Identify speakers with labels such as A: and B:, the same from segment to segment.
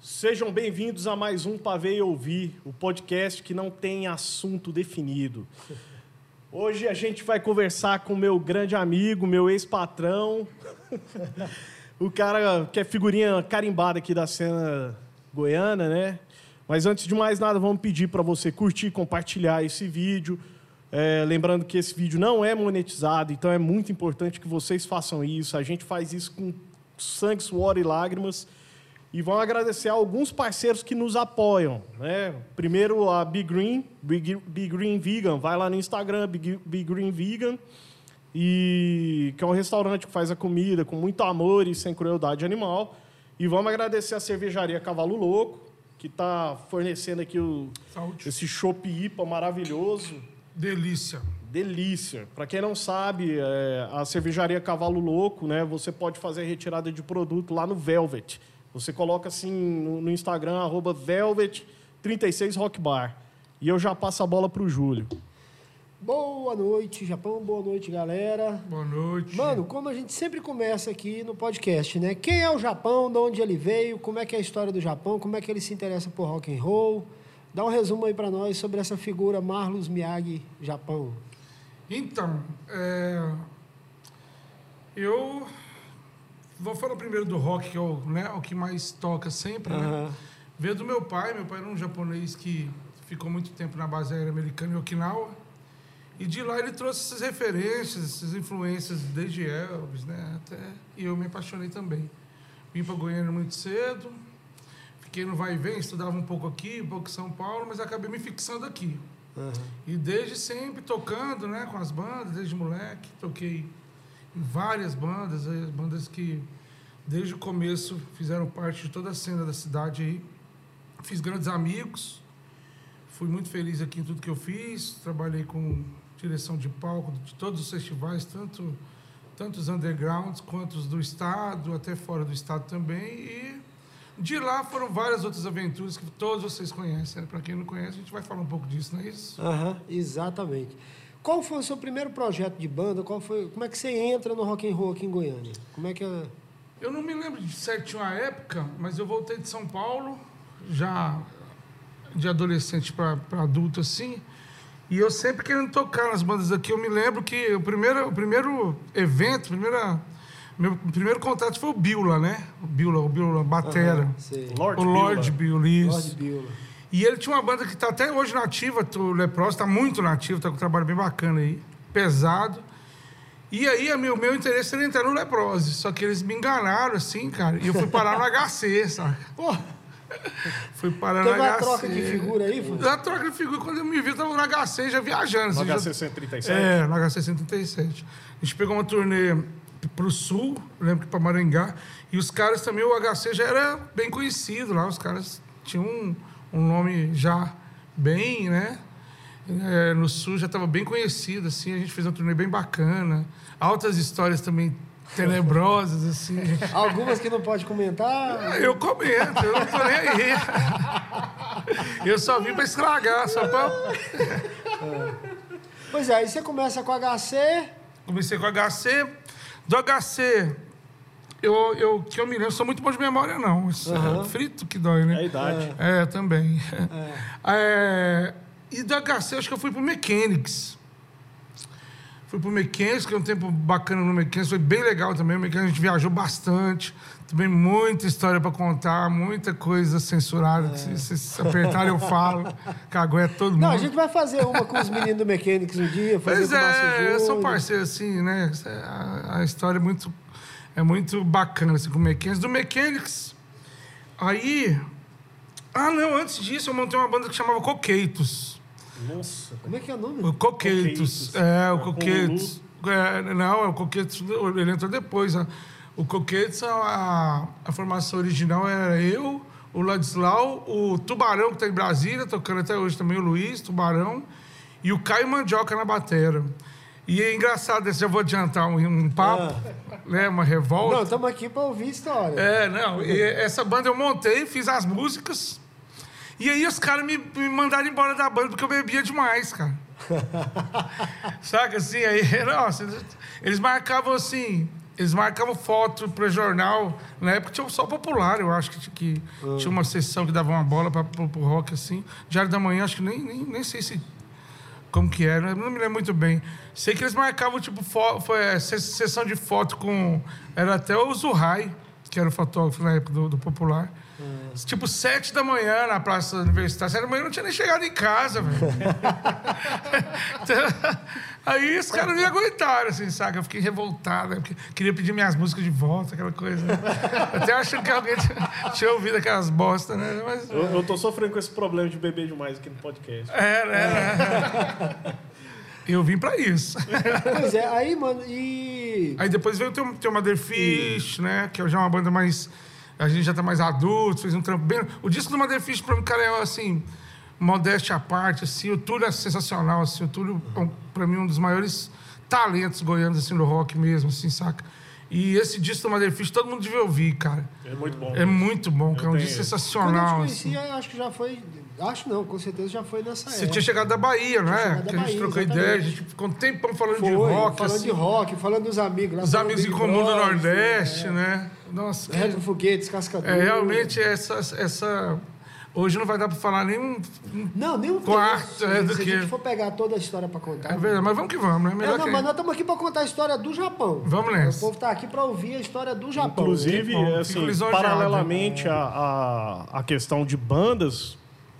A: Sejam bem-vindos a mais um Pavei Ouvir, o podcast que não tem assunto definido. Hoje a gente vai conversar com meu grande amigo, meu ex-patrão, o cara que é figurinha carimbada aqui da cena goiana, né? Mas antes de mais nada, vamos pedir para você curtir, compartilhar esse vídeo. É, lembrando que esse vídeo não é monetizado, então é muito importante que vocês façam isso. A gente faz isso com sangue, suor e lágrimas. E vamos agradecer a alguns parceiros que nos apoiam. Né? Primeiro, a Big Green, Big, Big Green Vegan. Vai lá no Instagram, Big, Big Green Vegan, e, que é um restaurante que faz a comida com muito amor e sem crueldade animal. E vamos agradecer a cervejaria Cavalo Louco, que está fornecendo aqui o,
B: Saúde.
A: esse chopp IPA maravilhoso.
B: Delícia.
A: Delícia. Para quem não sabe, é, a cervejaria Cavalo Louco, né? Você pode fazer a retirada de produto lá no Velvet. Você coloca assim no, no Instagram, arroba Velvet36Rockbar. E eu já passo a bola pro Júlio.
C: Boa noite, Japão. Boa noite, galera.
B: Boa noite.
C: Mano, como a gente sempre começa aqui no podcast, né? Quem é o Japão? De onde ele veio? Como é que é a história do Japão? Como é que ele se interessa por rock and roll? Dá um resumo aí pra nós sobre essa figura Marlos Miyagi Japão.
B: Então, é, eu vou falar primeiro do rock, que é o, né, o que mais toca sempre, né?
C: Aham.
B: Veio do meu pai. Meu pai era um japonês que ficou muito tempo na base aérea americana em Okinawa. E de lá ele trouxe essas referências, essas influências desde Elvis, né? Até, e eu me apaixonei também. Vim para Goiânia muito cedo, fiquei no vai e vem, estudava um pouco aqui, um pouco em São Paulo, mas acabei me fixando aqui. E desde sempre tocando, né, com as bandas, desde moleque, toquei em várias bandas, eh, bandas que desde o começo fizeram parte de toda a cena da cidade aí. Fiz grandes amigos, fui muito feliz aqui em tudo que eu fiz, trabalhei com direção de palco de todos os festivais, tanto tanto os undergrounds quanto os do estado, até fora do estado também e de lá foram várias outras aventuras que todos vocês conhecem. Né? Para quem não conhece, a gente vai falar um pouco disso, não é isso?
C: Aham, exatamente. Qual foi o seu primeiro projeto de banda? Qual foi, como é que você entra no rock and roll aqui em Goiânia? Como é que é?
B: Eu não me lembro de certinho a época, mas eu voltei de São Paulo, já de adolescente para adulto assim. E eu sempre querendo tocar nas bandas aqui. Eu me lembro que o primeiro, o primeiro evento, primeira, meu primeiro contato foi o Biola, né? O Biola, o Biola Batera.
C: Sei.
A: Lorde
B: o Lord
A: Billa.
B: Biola, isso.
C: Lorde Biola.
B: E ele tinha uma banda que está até hoje nativa, o Leproso está muito nativo, está com um trabalho bem bacana aí, pesado. E aí, o meu, meu interesse era entrar no Leprose, só que eles me enganaram, assim, cara, e eu fui parar no HC, sabe? Pô, fui parar
C: Teve
B: no HC.
C: uma troca de figura aí, foi?
B: Na troca de figura, quando eu me vi, eu tava no HC já viajando. assim, já-
A: HC137.
B: é, no HC-137. A gente pegou uma turnê pro sul, eu lembro que pra Maringá, e os caras também, o HC já era bem conhecido lá, os caras tinham um, um nome já bem, né? É, no sul já estava bem conhecido, assim, a gente fez uma turnê bem bacana, altas histórias também tenebrosas, assim.
C: Algumas que não pode comentar.
B: Ah, Eu comento, eu não tô nem aí. Eu só vim pra estragar, só pra...
C: Pois é, aí você começa com HC,
B: Comecei com HC. Do HC, eu, eu, que eu me lembro, sou muito bom de memória, não. Isso é frito que dói,
A: É a
B: né?
A: idade.
B: É, também. É, e do HC, acho que eu fui pro Mechanics. Fui pro Mechanics, que é um tempo bacana no Mechanics, foi bem legal também. O Mechanics a gente viajou bastante. Também muita história pra contar, muita coisa censurada. Se, se, se apertar, eu falo. Cagou é todo mundo.
C: Não, a gente vai fazer uma com os meninos do Mechanics um dia, fazer
B: Pois
C: com o Márcio
B: é,
C: Júnior.
B: eu sou parceiro, assim, né? A, a história é muito, é muito bacana, assim, com o Mechanics. Do Mechanics, aí... Ah, não, antes disso eu montei uma banda que chamava Coqueitos.
A: Nossa.
C: Como é que é o
B: O
C: nome?
B: Coqueitos.
A: Coqueitos.
B: É, o
A: Com o
B: Coqueitos. É, não, é o Coqueitos, ele entrou depois. a- O Coqueitos, a, a formação original era eu, o Ladislau, o Tubarão, que tá em Brasília, tocando até hoje também, o Luiz, Tubarão, e o Caio Mandioca na batera. E é engraçado, esse eu vou adiantar um, um papo,
A: Ah.
B: né, uma revolta.
C: Não, estamos aqui para ouvir história.
B: É, não. e essa banda eu montei, fiz as músicas. E aí os caras me, me mandaram embora da banda porque eu bebia demais, cara. Saca assim? Aí, nossa, eles, eles marcavam assim. Eles marcavam foto para jornal. Na época tinha o Sol Popular, eu acho que, que tinha uma sessão que dava uma bola para o rock assim. Diário da Manhã, acho que nem, nem, nem sei se como que era, eu não me lembro muito bem. Sei que eles marcavam, tipo, fo- foi, é, se- sessão de foto com. Era até o Zuhai, que era o fotógrafo na época do, do Popular. Tipo, sete da manhã na Praça Universitária. Sete da manhã eu não tinha nem chegado em casa, velho. Então, aí os caras me aguentaram, assim, saca? Eu fiquei revoltado, né? Porque queria pedir minhas músicas de volta, aquela coisa. né? Até achando que alguém tinha, tinha ouvido aquelas bostas, né? Mas.
A: Eu, eu tô sofrendo com esse problema de beber demais aqui no podcast.
B: Era, era. Eu vim pra isso.
C: Pois é, aí, mano, e.
B: Aí depois veio um, o teu, teu Motherfish, né? Que já é uma banda mais. A gente já tá mais adulto, fez um trampo bem. O disco do Motherfish, pra mim, cara, é assim. Modéstia à parte, assim. O Túlio é sensacional, assim. O Túlio, é, pra mim, um dos maiores talentos goianos, assim, do rock mesmo, assim, saca? E esse disco do Motherfish, todo mundo devia ouvir, cara.
A: É muito bom.
B: É muito bom, cara. É um
A: tenho
B: disco
A: esse.
C: Quando eu te
B: sensacional, assim.
C: conheci, acho que já foi. Acho não, com certeza já foi nessa
B: Você
C: época.
B: tinha chegado da Bahia, não é?
C: é. chegado da
B: Que a gente
C: Bahia,
B: trocou
C: exatamente.
B: ideia, a gente ficou um tempão falando
C: Foi,
B: de rock,
C: falando
B: assim.
C: de rock, falando dos amigos lá.
B: Os
C: falando
B: amigos
C: do
B: em
C: Big
B: comum do
C: Brother,
B: Nordeste, né? Nossa, que-
C: É, Retro Foguetes, Cascadura.
B: é realmente essa, essa. Hoje não vai dar pra falar nem um. um-
C: Não, nem um
B: Quarto,
C: terço.
B: é, do
C: Se
B: que-
C: a gente for pegar toda a história pra contar.
B: É verdade, mas vamos que vamos, né?
C: É,
B: Melhor
C: não,
B: que-
C: mas nós estamos aqui para contar a história do Japão.
B: Vamos nessa.
C: O povo tá aqui para ouvir a história do Japão.
A: Inclusive,
B: é Bom, fico
A: assim,
B: lisonjeado. né?
A: paralelamente à à- à questão de bandas,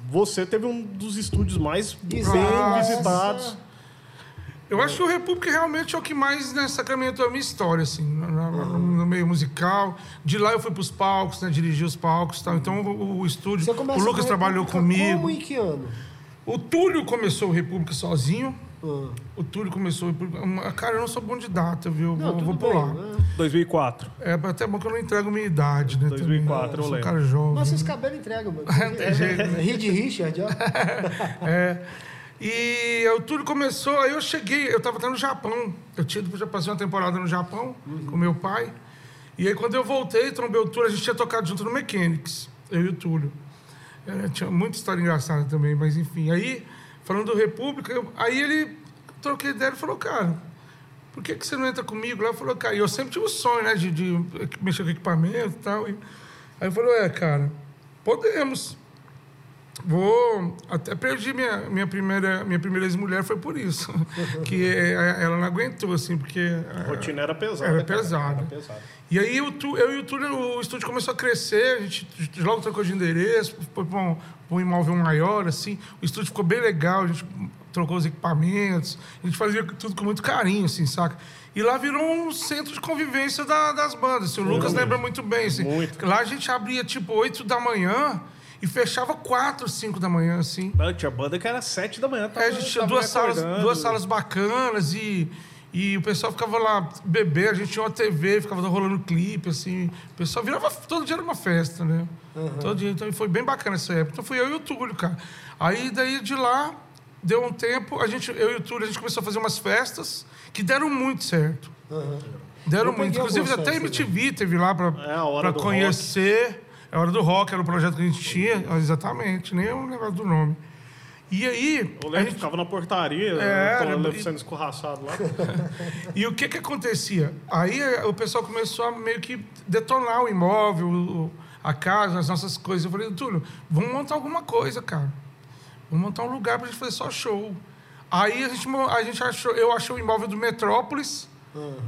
A: você teve um dos estúdios mais bem
C: Nossa.
A: visitados.
B: Eu acho que o República realmente é o que mais né, sacramentou a minha história, assim, no, no-
C: Ah.
B: no meio musical. De lá eu fui pros palcos, né? Dirigi os palcos e tal. Então o, o estúdio.
C: Você começa
B: O Lucas
C: com a
B: trabalhou
C: República
B: comigo.
C: Como em que ano?
B: O Túlio começou o República sozinho.
C: Ah,
B: O Túlio começou. o República- uma- Cara, eu não sou bom de data, viu? Eu
C: Não,
B: vou,
C: tudo
B: vou
C: bem,
B: pular.
C: né?
A: 2004.
B: É até bom que eu não entrego minha idade, né?
A: 2004,
B: também. Eu sou
A: eu
B: um cara jovem.
C: Mas seus cabelos entregam, mano. É,
B: tem jeito, né?
C: Reed Richard, ó.
B: É. E eu, tudo começou, aí eu cheguei, eu estava até no Japão. Eu tinha ido- já passei uma temporada no Japão com meu pai. E aí quando eu voltei, trombei o Túlio, a gente tinha tocado junto no Mechanics, eu e o Túlio. É, tinha muita história engraçada também, mas enfim. Aí, falando do República, eu- aí ele troquei ideia e falou, cara, por que, que você não entra comigo lá? Falou, cara, e eu sempre tive o sonho, né, de, de mexer com equipamento e tal. E, aí falou, é, cara, podemos. Vou. Até perdi minha, minha primeira, minha primeira ex-mulher, foi por isso. que é, ela não aguentou, assim, porque.
A: A
B: é,
A: rotina era pesada.
B: Era
A: cara,
B: pesada.
A: Era pesada.
B: e aí o Tu- eu e o Túlio, o estúdio começou a crescer, a gente logo trocou de endereço, foi para um, pra um imóvel maior, assim. O estúdio ficou bem legal, a gente trocou os equipamentos, a gente fazia tudo com muito carinho, assim, saca? E lá virou um centro de convivência da- das bandas. assim, o Lucas lembra muito bem, assim.
A: Muito.
B: Lá a gente abria tipo 8 da manhã e fechava 4, 5 da manhã, assim.
A: Não, tinha banda que era 7 da manhã.
B: É, a gente tinha duas salas, duas salas bacanas e, e o pessoal ficava lá bebendo, a gente tinha uma TV, ficava rolando clipe, assim. O pessoal virava, todo dia era uma festa, né? Todo dia, então foi bem bacana essa época. Então fui eu e o Túlio, cara. Aí daí de lá, deu um tempo, a gente, eu e o Túlio, a gente começou a fazer umas festas que deram muito certo.
C: Aham. Eu
B: Deram
C: peguei
B: muito. Inclusive,
C: algumas
B: até a
C: festas,
B: MTV teve lá pra,
A: É, a hora
B: pra
A: do
B: conhecer. É a hora do rock, era o projeto que a gente tinha. Exatamente, nem o negócio do nome. E aí.
A: Eu
B: a
A: lembro que
B: gente-
A: ficava na portaria,
B: É,
A: né,
B: era-
A: sendo escorraçado lá.
B: E o que que acontecia? Aí eh, o pessoal começou a meio que detonar o imóvel, o- a casa, as nossas coisas. Eu falei, Túlio, vamos montar alguma coisa, cara. Vamos montar um lugar pra gente fazer só show. Aí a gente, mo- a gente achou, eu achei o imóvel do Metrópolis.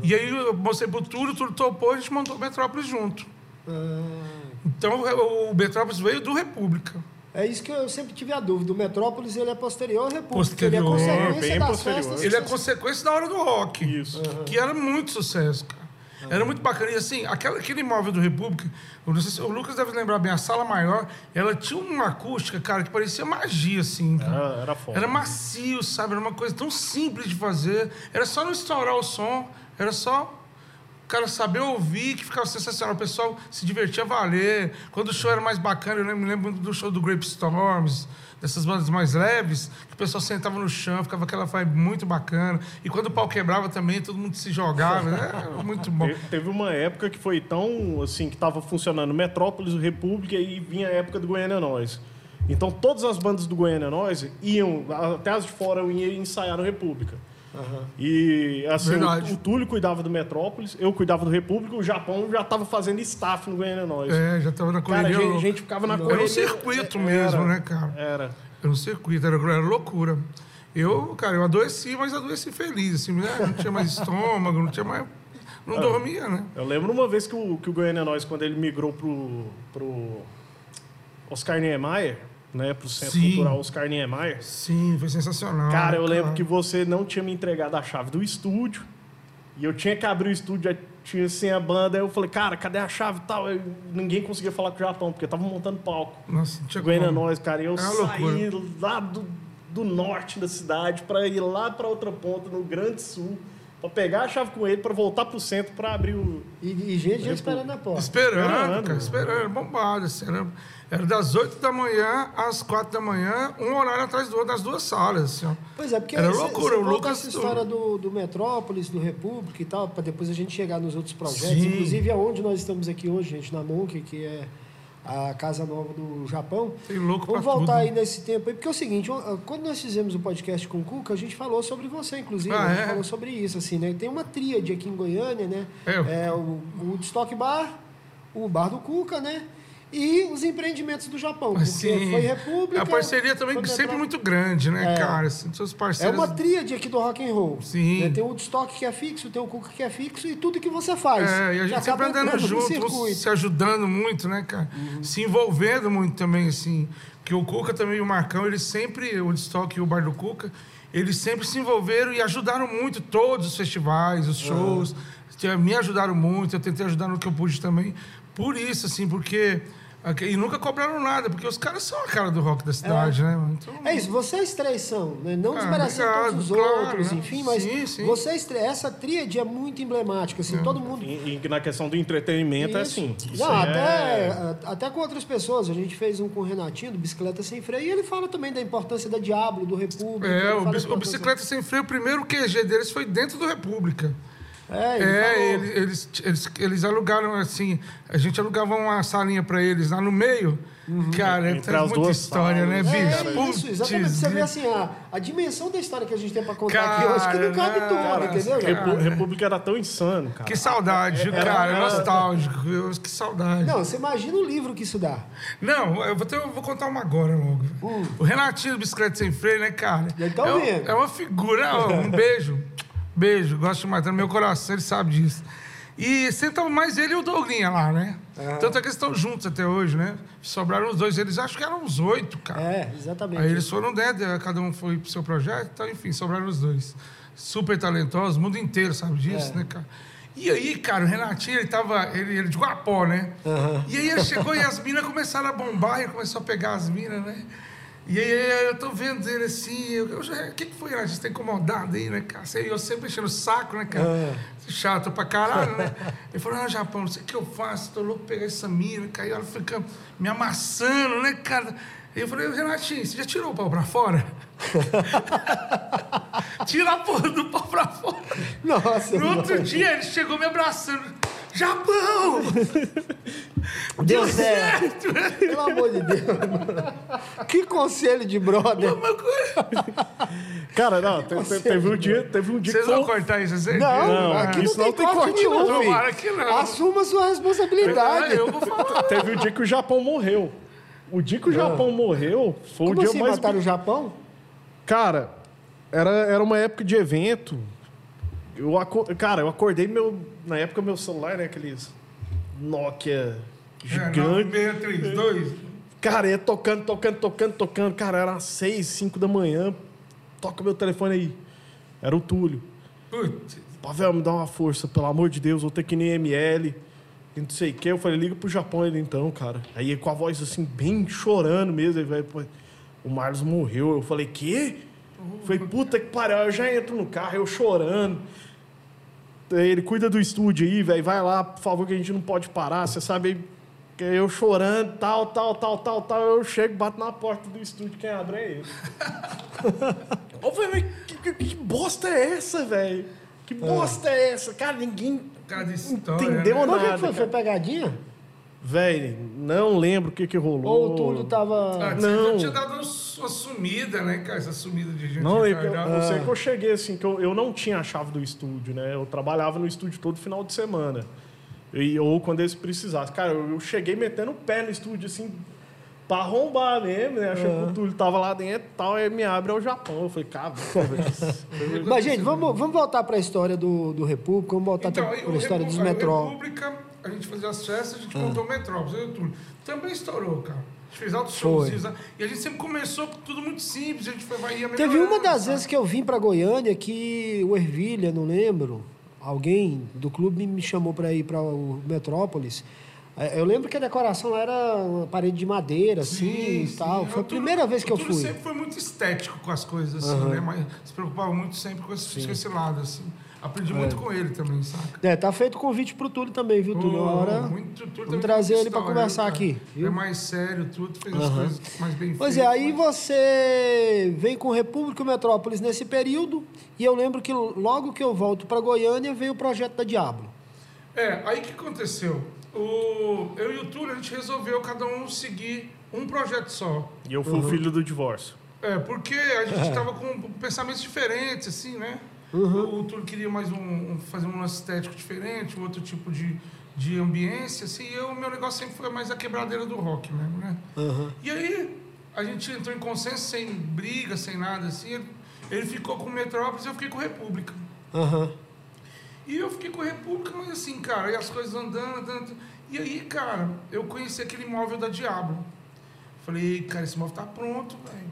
B: E aí eu mostrei pro Túlio, o Túlio topou, a gente montou o Metrópolis junto.
C: Ah,
B: Então o- o Metrópolis veio do República.
C: é isso que eu sempre tive a dúvida. O Metrópolis, ele é posterior à República.
B: Posterior,
C: ele é consequência
A: bem
C: das
A: posterior.
C: festas.
B: Ele é consequência da hora do rock.
A: Isso.
B: Que era muito sucesso, cara. Era muito bacana. E assim, aquela, aquele imóvel do República, eu não sei se o Lucas deve lembrar bem, a sala maior, ela tinha uma acústica, cara, que parecia magia, assim. cara.
A: Era, era foda.
B: Era macio, sabe? Era uma coisa tão simples de fazer. Era só não estourar o som, era só o cara saber ouvir, que ficava sensacional. O pessoal se divertia a valer. Quando o show era mais bacana, eu lembro, me lembro muito do show do Grape Storms, dessas bandas mais leves, que o pessoal sentava no chão, ficava aquela vibe muito bacana. E quando o pau quebrava também, todo mundo se jogava. né? Era muito bom.
A: Te- Teve uma época que foi tão assim que tava funcionando Metrópolis, República e vinha a época do Goiânia Nós. Então todas as bandas do Goiânia Noise iam, até as de fora iam ensaiar no República. E assim,
B: Verdade.
A: o, o Túlio cuidava do Metrópolis, eu cuidava do República, o Japão já estava fazendo staff no Goiânia Noise.
B: É, já tava na
A: Cara, a
B: correria.
A: gente, a
B: louca.
A: gente ficava na
B: Era um
A: correria. É,
B: circuito mesmo, né, cara?
A: Era.
B: Era um circuito, era, era loucura. Eu, cara, eu adoeci, mas adoeci feliz, assim, né? Não tinha mais estômago, não tinha mais.
C: Ah.
B: Não dormia, né?
A: Eu lembro uma vez que o, que o Goiânia Nós, quando ele migrou pro, pro Oscar Niemeyer, né? Pro Centro
B: Sim.
A: Cultural Oscar Niemeyer.
B: Sim, foi sensacional.
A: Cara, eu lembro que você não tinha me entregado a chave do estúdio. E eu tinha que abrir o estúdio, já tinha assim a banda. Aí eu falei, cara, cadê a chave e tal? Eu- ninguém conseguia falar com o Japão, porque tava montando palco.
B: Nossa, não tinha
A: Goiânia
B: como.
A: Nós, cara. E eu
B: É uma
A: saí lá do, do norte da cidade pra ir lá pra outra ponta, no Grande Sul, pra pegar a chave com ele, pra voltar pro centro pra abrir o.
C: E, e gente já esperando na porta.
B: Esperando,
A: Esperando,
B: cara,
A: mano.
B: esperando, era bombado. Assim, era, era das 8 da manhã às 4 da manhã, um horário atrás do outro, nas duas salas. Assim, ó.
C: Pois é, porque
B: Era
C: cê-
B: loucura, o
C: cê conta
B: Lucas
C: essa
B: do-
C: história do, do Metrópolis, do República e tal, para depois a gente chegar nos outros projetos.
B: Sim.
C: Inclusive, aonde nós estamos aqui hoje, gente, na Monk, que é a casa nova do Japão.
B: Tem louco
C: Vamos
B: pra
C: voltar
B: tudo.
C: aí nesse tempo aí, porque é o seguinte, um- quando nós fizemos o podcast com o Cuca, a gente falou sobre você, inclusive,
B: Ah,
C: a gente
B: é?
C: falou sobre isso, assim, né? Tem uma tríade aqui em Goiânia, né?
B: É.
C: É, o, o Woodstock Bar, o Bar do Cuca, né? E os empreendimentos do Japão, porque
B: Assim,
C: foi República...
B: A parceria também
C: foi
B: sempre
C: Metrópole.
B: muito grande, né,
C: É.
B: cara? Assim, seus
C: É
B: parceiros.
C: uma tríade aqui do rock and roll.
B: Sim.
C: Né? Tem o Woodstock que é fixo, tem o Cuca que é fixo e tudo que você faz.
B: É, e a gente sempre
C: Acaba
B: andando
C: entrando no
B: junto, um
C: circuito.
B: se ajudando muito, né, cara? Se envolvendo muito também, assim. Que o Cuca também e o Marcão, eles sempre, o Destoque e o Bar do Cuca, eles sempre se envolveram e ajudaram muito todos os festivais, os shows. Te- Me ajudaram muito, eu tentei ajudar no que eu pude também. Por isso, assim, porque. E nunca cobraram nada, porque os caras são a cara do rock da cidade, né? mano? Então,
C: É isso, vocês três são, né? não
B: Ah,
C: desmerecendo
B: obrigado,
C: todos os
B: claro,
C: outros,
B: né?
C: enfim, mas
B: Sim, É. sim.
C: vocês três, essa tríade é muito emblemática, assim, todo mundo...
A: E, e na questão do entretenimento é assim.
C: Isso.
A: Isso
C: Não,
A: aí
C: até,
A: é-
C: a- até com outras pessoas. A gente fez um com o Renatinho, do Bicicleta Sem Freio, e ele fala também da importância da Diablo, do República. ele
B: É,
C: fala
B: o,
C: da
B: bis- o
C: importância-
B: Bicicleta Sem Freio, o primeiro QG deles foi dentro do República.
C: É, ele falou.
B: É, ele- eles, eles, eles alugaram assim. A gente alugava uma salinha pra eles lá no meio.
C: Uhum.
B: Cara,
A: Entre
B: traz
A: as
B: muita
A: duas
B: história, né,
A: salas,
B: bicho?
C: É, isso, exatamente. Você vê assim, a, a dimensão da história que a gente tem pra contar aqui, eu acho que não cabe
B: Cara,
C: tudo,
B: cara,
C: entendeu?
B: cara.
A: Repu- República era tão insano, cara.
B: Que saudade,
C: É,
B: viu, cara. é Nostálgico. Eu- Que saudade.
C: Não, você imagina o livro que isso dá.
B: Não, eu vou, ter- eu vou contar uma agora logo. O Renatinho do Bicicleta Sem Freio, né, cara?
C: Hum. Ele tá
B: é, um-
C: ouvindo.
B: é uma figura, ó, um beijo. Beijo, gosto demais, tá no meu coração, ele sabe disso. E sentavam mais ele e o Douglinha lá, né? Tanto é que eles estão juntos até hoje, né? Sobraram os dois, eles acho que eram uns oito, cara.
C: É, exatamente.
B: Aí eles foram dentro, cada um foi pro seu projeto, então, enfim, sobraram os dois. Super talentosos, o mundo inteiro sabe disso, né, cara? E aí, cara, o Renatinho, ele tava, ele, ele de Guapó, né? E aí ele chegou e as minas começaram a bombar, ele começou a pegar as minas, né? E aí eu tô vendo ele assim, eu, eu já- o que que foi, Renatinho? Você tá incomodado aí, né, cara? Você- Eu sempre enchendo o saco, né, cara? Chato pra caralho, né? Ele falou, ah, Japão, não sei o que eu faço, tô louco pra pegar essa mina, cara, e ela fica me amassando, né, cara? Aí eu falei, Renatinho, você já tirou o pau pra fora? Tira a porra do pau pra fora.
C: Nossa,
B: No outro dia ele chegou me abraçando. Japão!
C: Deu certo. é, Pelo amor de Deus. Que conselho de brother.
B: É Uma coisa-
A: Cara, não, te- te- teve um dia, teve um dia
B: Vocês
A: que foi
B: vão
A: um-
B: cortar isso, vocês?
C: Não,
A: Não, é
C: aqui
A: isso
C: não tem corte nenhum, filho.
B: Tomara que não.
C: Assuma sua
B: Ah,
C: responsabilidade.
B: Eu vou falar.
A: teve um dia que o Japão morreu. O dia que o Japão morreu foi
C: Ah. Como
A: o dia
C: assim,
A: mais.
C: mataram o Japão?
A: Cara, era, era uma época de evento. Eu aco- Cara, eu acordei meu. Na época, meu celular, né? Aqueles Nokia
B: É,
A: gigante.
B: um, 632.
A: Cara, ia tocando, tocando, tocando, tocando. Cara, era às seis, cinco da manhã. Toca meu telefone aí. Era o Túlio.
B: Putz.
A: Pavel, me dá uma força, pelo amor de Deus, vou ter que nem ML. E não sei o que. Eu falei, liga pro Japão ele então, cara. Aí com a voz assim, bem chorando mesmo. Aí, vai, pô, o Marlos morreu. Eu falei, quê? Eu falei, puta que pariu, eu já entro no carro, eu chorando. Aí Ele cuida do estúdio aí, velho. Vai lá, por favor, que a gente não pode parar. Você sabe aí, que eu chorando, tal, tal, tal, tal, tal. Eu chego, bato na porta do estúdio, quem abre é ele. Eu falei, mas que, que- que bosta é essa, velho? Que bosta é essa? Cara, ninguém
B: Cara, de história,
A: entendeu
B: né?
C: Mas o que que
A: nada.
C: foi? Foi
A: cara.
C: pegadinha?
A: Véi, não lembro o que que rolou.
C: Ou o Túlio
B: Ah,
C: tava.
B: você já
A: não.
B: tinha dado uma sumida, né, cara? Essa sumida de gente
A: Não, eu, eu,
B: retardada.
A: eu sei que eu cheguei assim, que eu, eu não tinha a chave do estúdio, né? Eu trabalhava no estúdio todo final de semana. E, ou quando eles precisassem. Cara, eu, eu cheguei metendo o pé no estúdio, assim, pra arrombar mesmo, né? Achei que o Túlio tava lá dentro e tal, aí me abre ao Japão. Eu falei, cara,
C: Mas, gente, vamos, vamos voltar para a história do, do República, vamos voltar
B: Então,
C: para
B: o
C: a história dos
B: Repu- a
C: metrô. Ah.
B: República, a gente fazia as festas, a gente montou o Metrópolis, eu e o Túlio. Também estourou, cara. A gente fez altos
C: Foi.
B: shows. E a gente sempre começou com tudo muito simples, a gente foi vai ia
C: Teve
B: melhorando,
C: uma das
B: sabe?
C: vezes que eu vim para Goiânia que o Ervilha, não lembro, alguém do clube me chamou para ir para o Metrópolis. Eh, Eu lembro que a decoração lá era uma parede de madeira, assim, e
B: sim.
C: tal.
B: É,
C: Foi
B: o
C: a
B: Túlio-
C: primeira vez que
B: o
C: eu
B: Túlio
C: fui.
B: sempre foi muito estético com as coisas, assim, né? Mas se preocupava muito sempre com esse, com esse lado, assim. Aprendi muito com ele também, saca?
C: É, tá feito o convite pro Túlio também, viu, Túlio? Uma hora.
B: muito, Túlio
C: vamos
B: também
C: trazer
B: tem
C: ele
B: história,
C: pra
B: né,
C: conversar
B: cara.
C: aqui, viu?
B: É mais sério, tudo, fez as coisas mais bem
C: Pois é,
B: feitas,
C: aí
B: mas-
C: você vem com República e Metrópolis nesse período, e eu lembro que logo que eu volto para Goiânia veio o projeto da Diablo.
B: É, aí o que aconteceu? O, eu e o Túlio, a gente resolveu cada um seguir um projeto só.
A: E eu fui
B: Uhum.
A: o filho do divórcio.
B: É, porque a gente tava com pensamentos diferentes, assim, né? O, o Túlio queria mais um, um- fazer um lance estético diferente, um outro tipo de, de ambiência, assim, e o meu negócio sempre foi mais a quebradeira do rock mesmo, né? E aí a gente entrou em consenso sem briga, sem nada, assim. Ele, ele ficou com o Metrópolis e eu fiquei com o República.
C: Aham.
B: E eu fiquei com a República, mas assim, cara, e as coisas andando, andando. E aí, cara, eu conheci aquele imóvel da Diablo. Falei, cara, esse imóvel tá pronto, velho.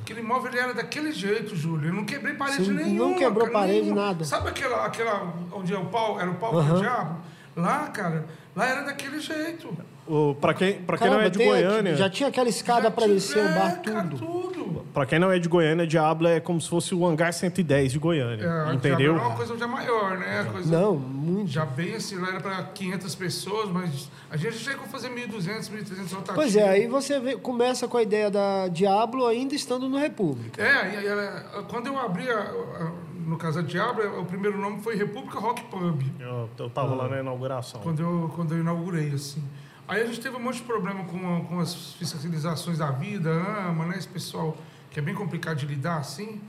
B: Aquele imóvel ele era daquele jeito, Júlio. Eu não quebrei parede
C: Ah. Você não
B: nenhuma.
C: quebrou
B: cara,
C: parede,
B: nenhuma.
C: nada.
B: Sabe aquela, aquela onde é o pau, era o pau do Diablo? Lá, cara, lá era daquele jeito.
A: Ô, Pra quem, pra quem não
C: Caramba,
A: é de
C: tem-
A: Goiânia.
C: Já tinha aquela escada
B: Já
C: para
B: tive-
C: descer o um bar,
B: é, cara,
C: tudo.
B: tudo.
A: Pra quem não é de Goiânia, Diablo é como se fosse o hangar 110 de
B: É,
A: Goiânia.
B: Diablo
A: entendeu?
B: Era uma coisa já maior, né? A Coisa
C: Não, muito.
B: Já bem assim, lá era para 500 pessoas, mas a gente chegou a fazer 1.200, 1.300 rotativos.
C: Pois é, aí você vê- começa com a ideia da Diablo ainda estando no República.
B: É, e, e, ela- quando eu abri, a- a- no caso da Diablo, o primeiro nome foi República Rock Pub,
A: Eu, eu tava lá na inauguração.
B: Ah. quando eu, quando eu inaugurei, assim. Aí a gente teve um monte de problema com, com as fiscalizações da vida, AMA, né? Esse pessoal que é bem complicado de lidar, assim.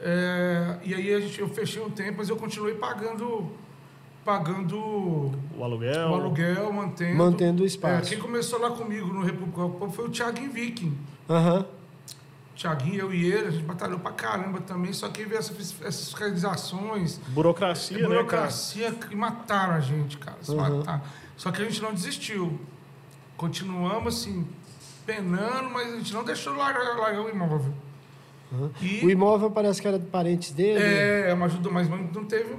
B: É, e aí a gente, eu fechei um tempo, mas eu continuei pagando, pagando
A: O aluguel.
B: O aluguel, mantendo.
C: Mantendo o espaço.
B: É, quem começou lá comigo no República Rock Pub foi o Thiaguinho Viking.
C: Aham.
B: Thiaguinho, eu e ele, a gente batalhou pra caramba também, só que veio essas, essas fiscalizações,
A: Burocracia, né, cara?
B: burocracia, que mataram a gente, cara.
C: Uhum.
B: se mataram. Só que a gente não desistiu. Continuamos, assim, penando, mas a gente não deixou largar, largar o imóvel. E-
C: Uhum. O imóvel parece que era de parentes dele. É. né?
B: é, mas ajudou, mas não teve.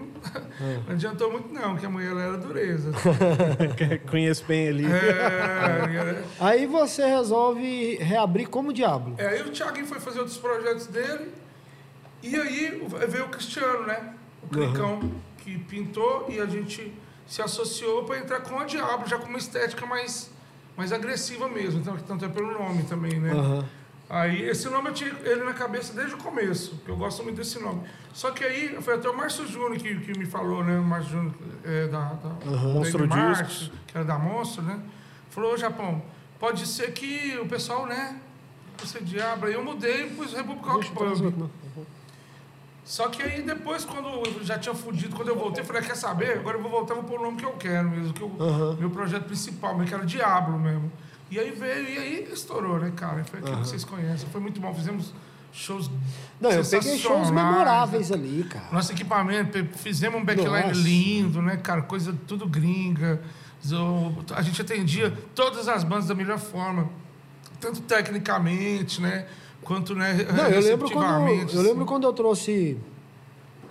B: Não adiantou muito, não, que a mulher ela era dureza.
A: Conheço bem ali.
B: é, e era,
C: Aí você resolve reabrir como Diablo.
B: É, aí o Thiaguinho foi fazer outros projetos dele. E aí o- veio o Cristiano, né? O Clicão,
A: Uhum.
B: que pintou e a gente se associou para entrar com a Diablo, já com uma estética mais, mais agressiva mesmo. Então, tanto é pelo nome também, né?
A: Uhum.
C: Aham.
B: Aí, esse nome eu tinha ele na cabeça desde o começo, porque eu gosto muito desse nome. Só que aí, foi até o Márcio Júnior que, que me falou, né? O Márcio Júnior é, da, da da
A: Uhum, Monstro
B: Ed Marte,
A: Discos.
B: que era da Monstro, né? Falou, ô Japão, pode ser que o pessoal, né? Você diabo. Aí eu mudei e pus República Rock
C: Deixa pra nós
B: Pub.
C: outro, né? Tá não.
B: Só que aí depois, quando eu já tinha fudido, quando eu voltei, eu falei, quer saber? Agora eu vou voltar, vou pôr o nome que eu quero mesmo, que eu, meu projeto principal, meu, que era Diablo mesmo. E aí veio, e aí estourou, né, cara? Foi aquilo que vocês conhecem. Foi muito bom, fizemos shows
C: Não, eu peguei shows
B: sensacionais,
C: memoráveis
B: né?
C: ali, cara.
B: Nosso equipamento, pe- fizemos um backline
C: Nossa.
B: lindo, né, cara? Coisa tudo gringa. Zo- A gente atendia todas as bandas da melhor forma, tanto tecnicamente, né? Quanto, né,
C: Não, eu lembro,
B: receptivamente,
C: quando, eu lembro
B: assim.
C: quando eu trouxe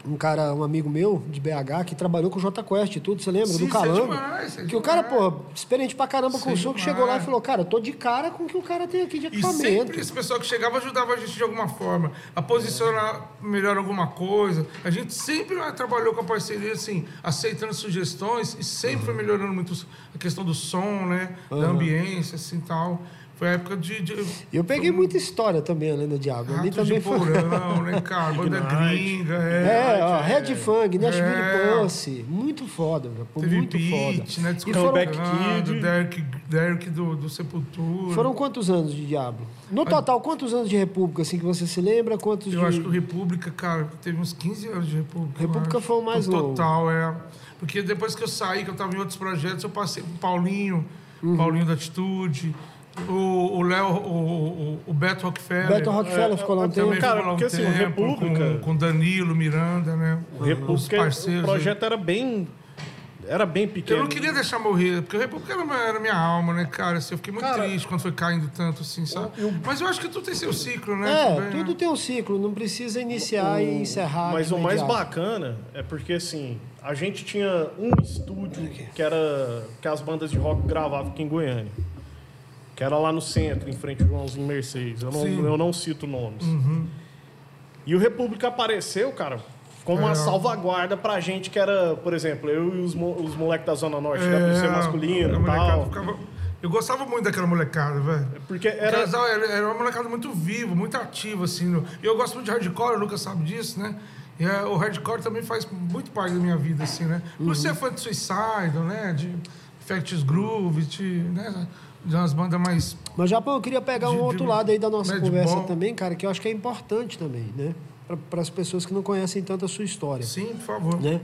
C: um cara, um amigo meu de BH, que trabalhou com o Jota Quest e tudo, você lembra?
B: Sim,
C: do
B: sei
C: Calango.
B: demais, é sei
C: que o cara,
B: demais.
C: pô, experiente pra caramba com
B: Sei
C: o som, que
B: demais.
C: chegou lá e falou, cara, eu tô de cara com o que o cara tem aqui de
B: E
C: equipamento.
B: sempre esse pessoal que chegava ajudava a gente de alguma forma, a posicionar melhor alguma coisa. A gente sempre ah, trabalhou com a parceria, assim, aceitando
C: Uhum.
B: sugestões e sempre foi melhorando muito a questão do som, né? Da ambiência, assim, tal. Foi a época de. de
C: Eu peguei muita história também, além do Diabo.
B: Rato
C: Ali também
B: de
C: foi.
B: porão, né, cara? Banda
A: Ignite.
B: gringa,
C: É,
B: é.
C: ó, Red Fang, Nashville
B: É.
C: Pulse, muito foda, meu, pô,
B: Teve
C: muito
B: Beat,
C: foda.
B: né?
C: E foram,
A: Comeback Kid.
B: Derek, Derek do, do Sepultura.
C: foram quantos anos de Diabo? No total, quantos anos de República, assim, que você se lembra? Quantos
B: Eu
C: de...
B: acho que o República, cara, teve uns 15 anos de República. eu
C: República
B: acho.
C: foi o mais
B: No
C: longo.
B: Total, é. Porque depois que eu saí, que eu tava em outros projetos, eu passei pro Paulinho,
C: Uhum.
B: Paulinho da Atitude, o o Léo, o, o, o Beto Rockefeller.
C: Beto Rockefeller ficou lá um
B: Também
C: tempo.
A: Cara,
B: ficou lá um
A: porque, assim, o
B: tempo,
A: República-
B: Com, com Danilo, Miranda, né?
A: O República, o projeto era bem. Era bem pequeno.
B: Eu não queria deixar morrer, porque o República era, minha- era minha alma, né, cara? Assim, eu fiquei muito triste quando foi caindo tanto, assim, sabe? Mas eu acho que tudo tem seu ciclo, né?
C: É,
B: Também,
C: tudo
B: né?
C: tem um ciclo, não precisa iniciar e encerrar.
A: Mas
C: de
B: um
A: o mais
C: imediato.
A: bacana é porque, assim, a gente tinha um estúdio que era que as bandas de rock gravavam aqui em Goiânia. Que era lá no centro, em frente ao Joãozinho Mercedes. Eu não,
B: Sim. Uhum.
A: eu não cito nomes. E o República apareceu, cara, como uma
B: É.
A: salvaguarda pra gente que era, por exemplo, eu e os, mo os moleques da Zona Norte, da
B: É,
A: polícia
B: a
A: masculina e
B: molecada
A: tal.
B: ficava- Eu gostava muito daquela molecada, velho.
A: Porque
B: Era...
A: era.
B: Era, era uma molecada muito viva, muito ativa, assim. no- E eu gosto muito de hardcore, o Lucas sabe disso, né? E é, o hardcore também faz muito parte da minha vida, assim, né? Por ser fã de Suicidal, né? De Facts Groove, de, né? de umas bandas mais...
C: Mas, Japão, eu queria pegar
B: De-
C: um
B: de
C: outro lado aí da nossa
B: Mad
C: conversa
B: Ball.
C: também, cara, que eu acho que é importante também, né? Para as pessoas que não conhecem tanto a sua história.
B: Sim, por favor.
C: né?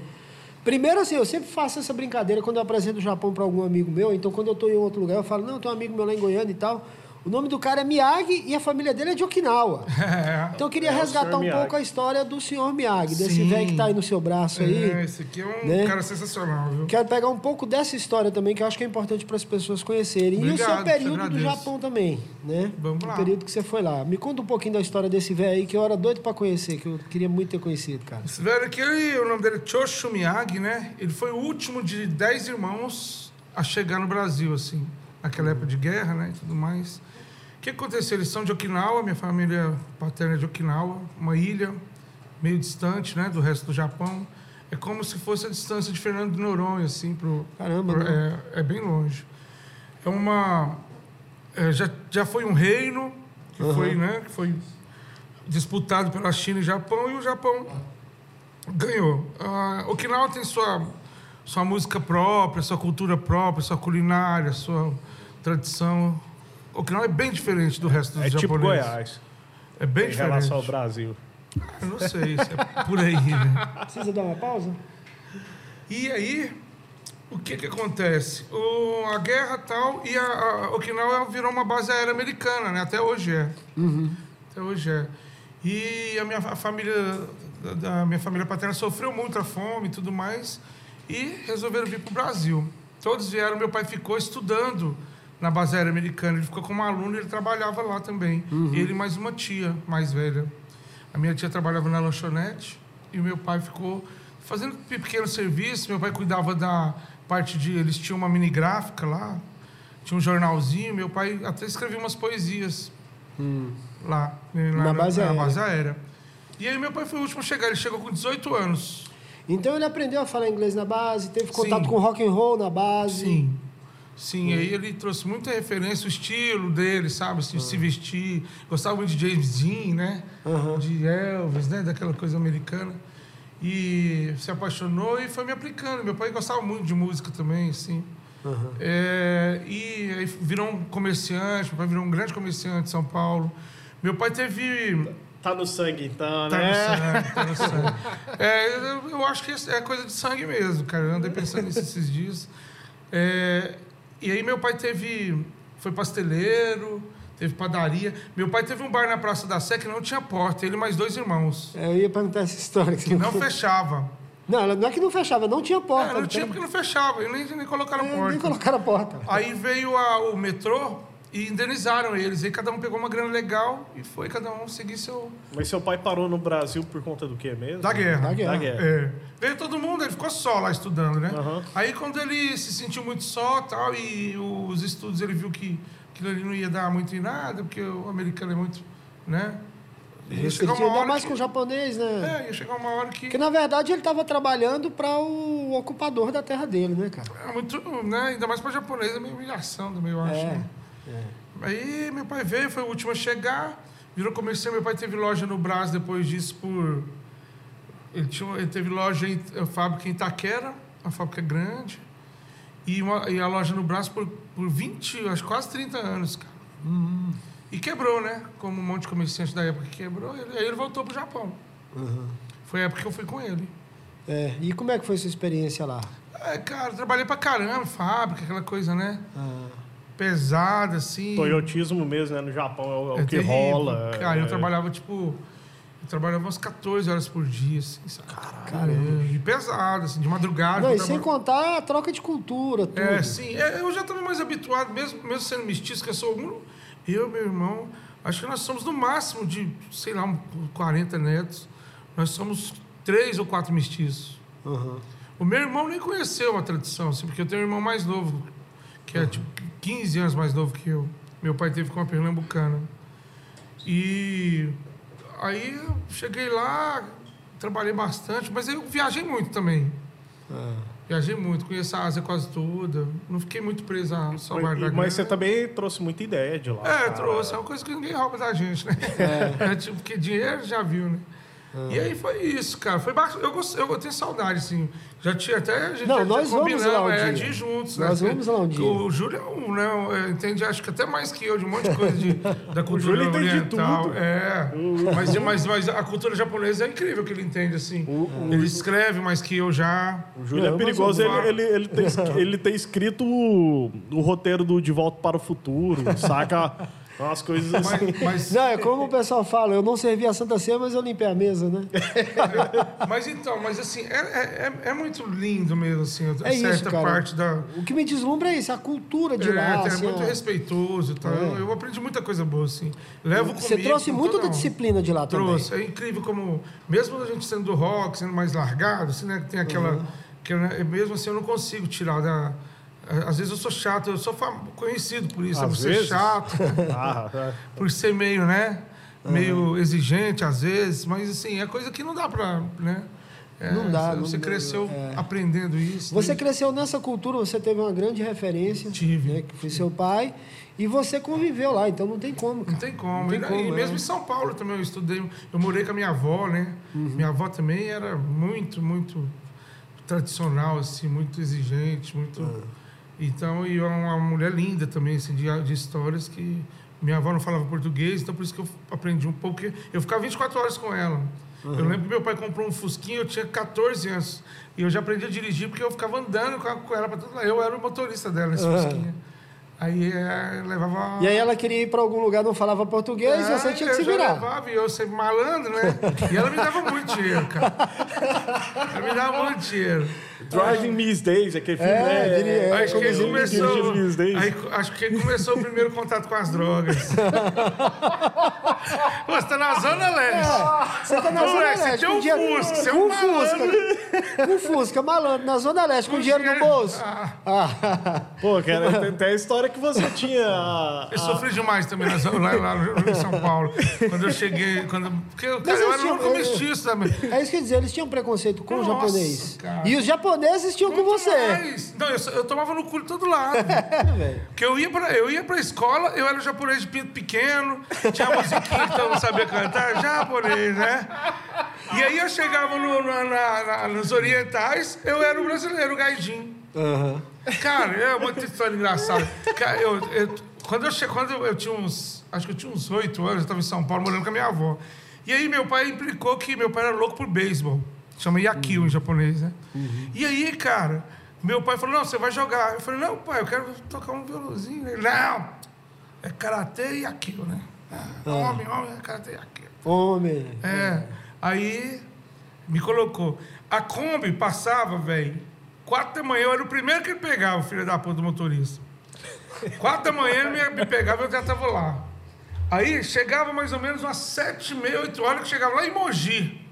C: Primeiro, assim, eu sempre faço essa brincadeira quando eu apresento o Japão para algum amigo meu. Então, quando eu estou em outro lugar, eu falo, não, tem um amigo meu lá em Goiânia e tal. O nome do cara é Miyagi e a família dele é de Okinawa.
B: É.
C: Então, eu queria
A: É, o
C: resgatar
A: senhor
C: um
A: Miyagi.
C: pouco a história do senhor Miyagi, desse
B: Sim.
C: velho que tá aí no seu braço aí.
B: É, esse aqui é um
C: né?
B: cara sensacional, viu?
C: Quero pegar um pouco dessa história também, que eu acho que é importante para as pessoas conhecerem. e o
B: Obrigado,
C: seu
B: te
C: período do
B: agradeço.
C: Japão também, né?
B: Vamos
C: O
B: lá.
C: período que você foi lá. Me conta um pouquinho da história desse velho aí, que eu era doido para conhecer, que eu queria muito ter conhecido, cara.
B: Esse velho aqui, ele- o nome dele é Choshu Miyagi, né? Ele foi o último de dez irmãos a chegar no Brasil, assim. Naquela época de guerra, né? E tudo mais. O que aconteceu? Eles são de Okinawa, minha família paterna é de Okinawa, uma ilha meio distante, né? Do resto do Japão. É como se fosse a distância de Fernando de Noronha, assim, pro...
C: Caramba,
B: pro-
C: né?
B: é, é bem longe. É uma... é, já, já foi um reino, que foi, né? Que foi disputado pela China e Japão, e o Japão ganhou. Ah, Okinawa tem sua, sua música própria, sua cultura própria, sua culinária, sua tradição. Okinawa é bem diferente do resto dos
A: É tipo
B: japoneses.
A: Goiás,
B: É bem
A: em
B: diferente.
A: relação ao Brasil.
B: Eu não sei, isso é por aí, né?
C: Precisa dar uma pausa?
B: E aí, o que que acontece? O, a guerra tal, e a, a Okinawa virou uma base aérea americana, né? Até hoje é. Até hoje é. E a minha fa- a família, da- da minha família paterna sofreu muito a fome e tudo mais, e resolveram vir para o Brasil. Todos vieram, meu pai ficou estudando na base aérea americana. Ele ficou como aluno e ele trabalhava lá também. Ele e mais uma tia mais velha. A minha tia trabalhava na lanchonete e o meu pai ficou fazendo pe- pequeno serviço. Meu pai cuidava da parte de. Eles tinham uma mini gráfica lá, tinha um jornalzinho. Meu pai até escrevia umas poesias lá, né, lá
C: Na base aérea.
B: base aérea. E aí meu pai foi o último a chegar, ele chegou com 18 anos.
C: Então ele aprendeu a falar inglês na base, teve contato
B: Sim.
C: com rock and roll na base.
B: Sim. Sim, aí ele trouxe muita referência, o estilo dele, sabe? Assim,
C: Ah.
B: Se vestir. Gostava muito de James Dean, né? De Elvis, né? Daquela coisa americana. E se apaixonou e foi me aplicando. Meu pai gostava muito de música também, assim. É, e aí virou um comerciante, meu pai virou um grande comerciante de São Paulo. Meu pai teve
A: Tá no sangue, então,
B: Tá
A: né?
B: no sangue, tá no sangue. É, eu, eu acho que isso é coisa de sangue mesmo, cara. Eu andei pensando nisso esses dias. É, e aí meu pai teve... Foi pasteleiro, teve padaria. Meu pai teve um bar na Praça da Sé que não tinha porta. Ele e mais dois irmãos.
C: É, Eu ia perguntar essa história. Que você
B: Não
C: contou.
B: fechava.
C: não, ela- não é que não fechava, não tinha
B: É,
C: porta.
B: não tinha porque não fechava. E nem, nem colocaram
C: É, nem
B: porta.
C: colocaram a porta.
B: Aí veio a- o metrô e indenizaram eles. Aí cada um pegou uma grana legal e foi cada um seguir seu...
A: Mas seu pai parou no Brasil por conta do quê mesmo?
B: Da guerra.
C: Da guerra.
A: Da guerra.
B: É. Veio todo mundo, ele ficou só lá estudando, né?
A: Aham.
B: Aí quando ele se sentiu muito só tal, e os estudos ele viu que aquilo ali não ia dar muito em nada, porque o americano é muito, né? Ia
C: Isso que
B: chegar
C: ele tinha,
B: uma
C: ainda
B: hora
C: mais
B: que...
C: com o japonês, né?
B: É, ia chegar uma hora que...
C: Porque na verdade ele estava trabalhando para o ocupador da terra dele, né, cara?
B: É muito, né? Ainda mais para japonês, é meio humilhação também, eu acho.
C: É,
B: né? Aí meu pai veio, foi o último a chegar, virou comerciante. Meu pai teve loja no Brás depois disso por. Ele, tinha, ele teve loja em eh, fábrica em Itaquera, uma fábrica grande, e, uma- e a loja no Brás por, por 20, acho que quase 30 anos, cara. E quebrou, né? Como um monte de comerciante da época quebrou, ele- aí ele voltou pro Japão. Uhum. Foi a época que eu fui com ele.
C: É, e como é que foi sua experiência lá?
B: É, cara, trabalhei pra caramba, fábrica, aquela coisa, né?
C: Ah,
B: Pesada, assim.
A: Toyotismo mesmo, né? No Japão é o, é o
B: É
A: que
B: terrível.
A: rola.
B: Cara, eu
A: é-
B: trabalhava, tipo... Eu trabalhava umas 14 horas por dia, assim, sabe? Caramba. E pesado, assim, de madrugada.
C: não,
B: eu
C: e sem
B: trabalhava-
C: contar a troca de cultura, tudo.
B: É, sim. é, eu já estava mais habituado, mesmo, mesmo sendo mestiço, que eu sou um... Eu, meu irmão, acho que nós somos no máximo de, sei lá, um- 40 netos. Nós somos três ou quatro mestiços.
C: Aham.
B: O meu irmão nem conheceu a tradição, assim, porque eu tenho um irmão mais novo, que
A: Uhum.
B: é tipo 15 anos mais novo que eu. Meu pai teve com uma pernambucana. E aí eu cheguei lá, trabalhei bastante, mas eu viajei muito também.
C: Ah.
B: Viajei muito, conheço a Ásia quase toda. Não fiquei muito preso a só
A: Mas,
B: guardar
A: mas você tá
B: grana.
A: também trouxe muita ideia de lá.
B: É,
C: Ah.
A: cara.
B: trouxe. É uma coisa que ninguém rouba da gente, né? É. tipo, porque dinheiro já viu, né?
C: Ah.
B: E aí foi isso, cara. Foi ba- eu, gost- eu tenho saudade, assim. Já tinha até. A gente
C: Não,
B: já
C: nós vamos
B: combinamos,
C: lá um
B: é,
C: dia.
B: de ir juntos,
C: Nós
B: né?
C: vamos lá um dia.
B: O Júlio é um, né? um, é, Entende, acho que até mais que eu, de um monte de coisa de, da cultura
A: Júlio entende
B: oriental.
A: tudo.
B: É.
C: Uh.
B: Mas, mas, mas a cultura japonesa é incrível que ele entende, assim.
C: Uh,
A: O-
B: Ele escreve mais que eu já.
A: O Júlio
C: Não,
A: é
C: mas
A: perigoso,
B: vamos lá.
A: ele, ele, ele, tem, es- ele tem escrito o, o roteiro do De Volta para o Futuro, saca umas coisas
B: Mas,
A: assim.
B: mas-
C: Não, é como o pessoal fala, eu não servi a Santa Ceia, mas eu limpei a mesa, né?
B: Mas então, mas assim, é, é, é- é muito lindo mesmo, assim, a
C: É isso,
B: certa
C: cara.
B: parte da.
C: O que me deslumbra é isso, a cultura de
B: É,
C: lá.
B: é
C: assim,
B: muito
C: a-
B: respeitoso e tal. Eu, eu aprendi muita coisa boa, assim. Levo comigo.
C: Você trouxe
B: com
C: muito
B: toda
C: da
B: a-
C: disciplina de lá também.
B: Trouxe. É incrível como, mesmo a gente sendo do rock, sendo mais largado, assim, né? que Tem aquela.
C: Uhum.
B: que, né, mesmo assim, eu não consigo tirar da. a- Às vezes eu sou chato, eu sou fam- conhecido por isso,
A: Às
B: por ser
A: vezes?
B: chato,
A: Ah, é.
B: por ser meio, né? Meio exigente às vezes, mas assim, é coisa que não dá pra. Né? É,
C: Não dá,
B: Você
C: não dá, é.
B: cresceu aprendendo isso.
C: Você
B: né?
C: cresceu nessa cultura, você teve uma grande referência,
B: Tive.
C: né, que foi seu pai, e você conviveu lá, então não tem como,
B: Não
C: cara.
B: tem como.
C: Não tem
B: e,
C: como,
B: e
C: é.
B: mesmo em São Paulo também eu estudei. Eu morei com a minha avó, né?
C: Uhum.
B: Minha avó também era muito, muito tradicional, assim, muito exigente, muito. Então, e é uma mulher linda também, assim, de, de histórias que. Minha avó não falava português, então por isso que eu aprendi um pouco. porque Eu ficava 24 horas com ela.
C: Uhum.
B: Eu lembro que meu pai comprou um Fusquinha, eu tinha 14 anos. E eu já aprendi a dirigir porque eu ficava andando com, a- com ela para tudo lá. Eu era o motorista dela nesse
C: Ah.
B: Fusquinha. Aí eh, levava.
C: E aí ela queria ir para algum lugar, não falava português,
B: Ah,
C: você tinha que
B: eu
C: se
B: já
C: virar.
B: levava, e eu sempre malandro, né? E ela me dava muito dinheiro, cara. Ela me dava muito dinheiro.
A: Driving Miss Days, aquele filme,
C: É,
A: né?
C: diria- é,
B: Aí acho que ele
A: Dirigindo
B: começou.
A: Miss Days.
B: aí co- acho que ele começou o primeiro contato com as drogas. Pô, você tá na Zona Leste.
C: Você tá na
B: Não,
C: Zona
B: é, você
C: Leste,
B: tem
C: com
B: um
C: dinheiro-
B: Fusca, você é
C: com
B: um né?
C: Fusca, com Fusca, malandro, na Zona Leste, com dinheiro no
B: dinheiro.
C: bolso. Ah.
A: Pô, cara, tem até a história que você tinha. a-
B: Eu sofri demais também na Zona- lá, lá no- em São Paulo. Quando eu cheguei. Quando, porque cara,
C: Mas
B: eu
C: eu
B: era
C: tinha- um-
B: louco
C: eu-
B: mestiço também.
C: É isso que eu ia dizer, eles tinham preconceito com o
B: Nossa,
C: japonês.
B: cara.
C: E os japoneses tinham com
B: Muito
C: você.
B: mais. Não, eu, só- eu tomava no cu de todo lado.
C: É, velho.
B: Porque eu ia, pra, eu ia pra escola, eu era japonês de pinto pequeno, tinha musiquinha que eu não sabia cantar, japonês, né? E aí eu chegava no- na- na- na- nos orientais, eu era o brasileiro, o gaijin.
C: Aham.
B: Cara, é muita história engraçada. Cara, eu, eu- quando, eu che, quando eu, eu tinha uns. Acho que eu tinha uns oito anos, eu estava em São Paulo morando com a minha avó. E aí meu pai implicou que meu pai era louco por beisebol. Chama Yakio em japonês, né? E aí, cara, meu pai falou: não, você vai jogar. Eu falei: não, pai, eu quero tocar um violãozinho. Ele: não, é karatê e Yakio, né? Ah, Homem, homem, é karatê e Yakio.
C: Homem.
B: É. Aí me colocou. A Kombi passava, velho. Quatro da manhã, eu era o primeiro que ele pegava, o filho da puta do motorista. Quatro da manhã ele me- me pegava e eu já tava lá. Aí chegava mais ou menos umas sete, e meia, oito horas que chegava lá em Mogi.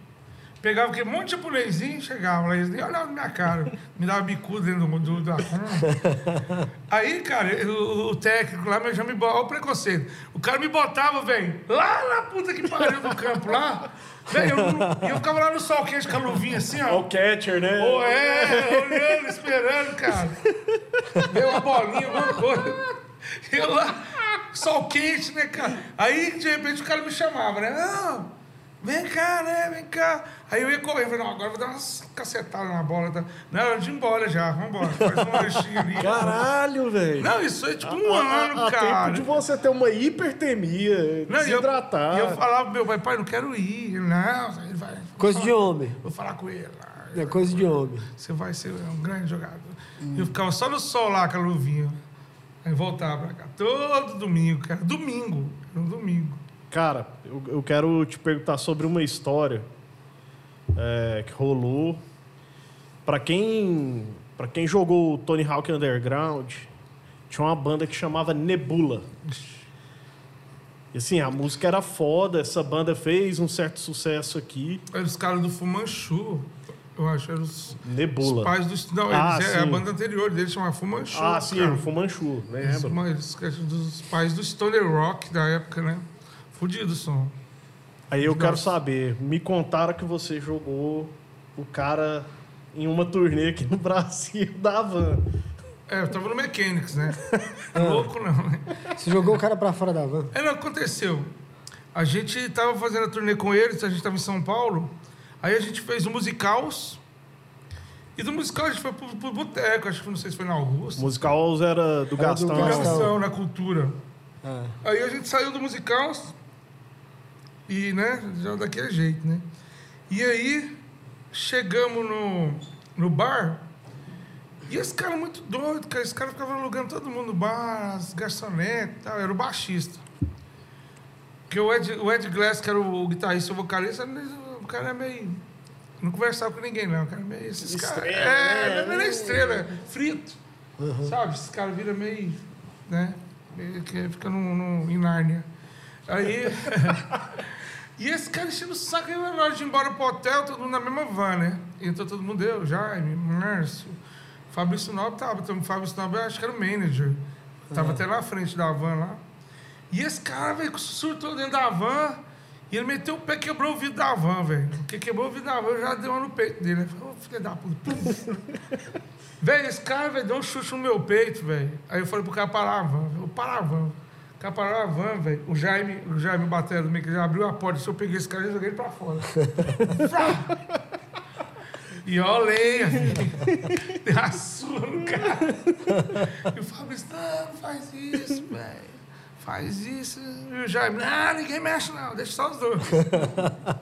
B: Pegava aquele monte de japonesinho, chegava lá, eles nem olhavam na minha cara, me dava bicuda dentro do, do, da Kombi. Aí, cara, o, o técnico lá mas já me botava, olha o preconceito. O cara me botava, velho, lá na puta que pariu do campo lá. Velho, eu, não- eu ficava lá no sol quente com a luvinha assim, ó.
A: O Catcher, né?
B: Pô, é, olhando, esperando, cara. Deu uma bolinha, alguma coisa. Eu lá. sol quente, né, cara? Aí, de repente, o cara me chamava, né? Não, vem cá, né? Vem cá. Aí eu ia correr, eu falei, não, agora eu vou dar umas cacetadas na bola. Tá? Não, era de ir embora já, vambora. Faz um lanchinho ali.
A: Caralho, velho.
B: Não, isso é tipo um ano,
A: Há
B: cara.
A: tempo de você ter uma hipertemia,
B: Não, e eu-
A: desidratar.
B: E eu, falava pro meu pai, pai, não quero ir. Não, ele vai.
C: Coisa de homem.
B: Vou falar com ele. lá.
C: É coisa de homem.
B: Você vai ser um grande jogador. Eu ficava só no sol lá com a luvinha. Aí voltava pra cá. Todo domingo, cara. Domingo. Era um domingo.
A: Cara, eu, eu quero te perguntar sobre uma história é, que rolou. Pra quem, pra quem jogou o Tony Hawk Underground, tinha uma banda que chamava Nebula. E assim, a música era foda, essa banda fez um certo sucesso aqui.
B: Era os caras do Fumanchu. Eu acho. Eram os, os
A: Nebula.
B: pais dos. Não,
A: Ah,
B: eles, é, a
A: sim.
B: banda anterior deles chamava Fumanchu.
A: Ah, sim,
B: cara.
A: o Fumanchu,
B: Eles,
A: lembra?
B: mas eles, eles, dos pais do Stoner Rock da época, né? Fudido o som.
A: Aí eu quero
B: Nossa.
A: saber, me contaram que você jogou o cara em uma turnê aqui no Brasil da Van.
B: É, eu tava no Mechanics, né? Louco não, né?
C: Você jogou o cara pra fora da van.
B: É, não, aconteceu. A gente tava fazendo a turnê com eles, a gente tava em São Paulo. Aí a gente fez o musicals. E do musical a gente foi pro, pro boteco, acho que não sei se foi na
A: O
B: Augusta.
A: musical era do
C: do
A: Gastão.
C: Gastão.
B: Canção na cultura.
C: Ah.
B: Aí a gente saiu do musicals. E, né, já daquele jeito, né? E aí chegamos no, no bar. E esse cara muito doido, cara. Esse cara ficava alugando todo mundo no bar, as garçonetes e tal. Era o baixista. Porque o Ed, o Ed Glass, que era o, o guitarrista e o vocalista, ele- o cara é meio. Não conversava com ninguém, não. O cara é meio. Esses caras.
A: Estrela,
B: É,
A: né?
B: ele é meio na estrela, frito. Sabe? Esse cara vira meio. né? Meio que fica num, num, em Nárnia. Aí. e esse cara enchendo o saco, aí na hora de ir embora pro hotel, todo mundo na mesma van, né? Entrou todo mundo, eu, Jaime, Márcio, Fabrício Nobre tava. Então, o Fabrício Nobre eu acho que era o manager. Tava até lá na frente da van lá. E esse cara, velho, surtou dentro da van. E ele meteu o pé, quebrou o vidro da van, velho. Porque quebrou o vidro da van, já deu uma no peito dele. né? Falei, ô, filho da puta. Pum. velho, esse cara, velho, deu um chute no meu peito, velho. Aí eu falei pro cara parar a van. Eu parar a van. O cara parou a van, velho. O Jaime, o Jaime batendo meio que já abriu a porta. Se eu peguei esse cara, eu joguei ele pra fora. Frá! e ó, lenha, velho. Deu uma surra no cara. E o Fabrício, não, não faz isso, velho. Faz isso. E o Jaime, não, ninguém mexe não, deixa só os dois.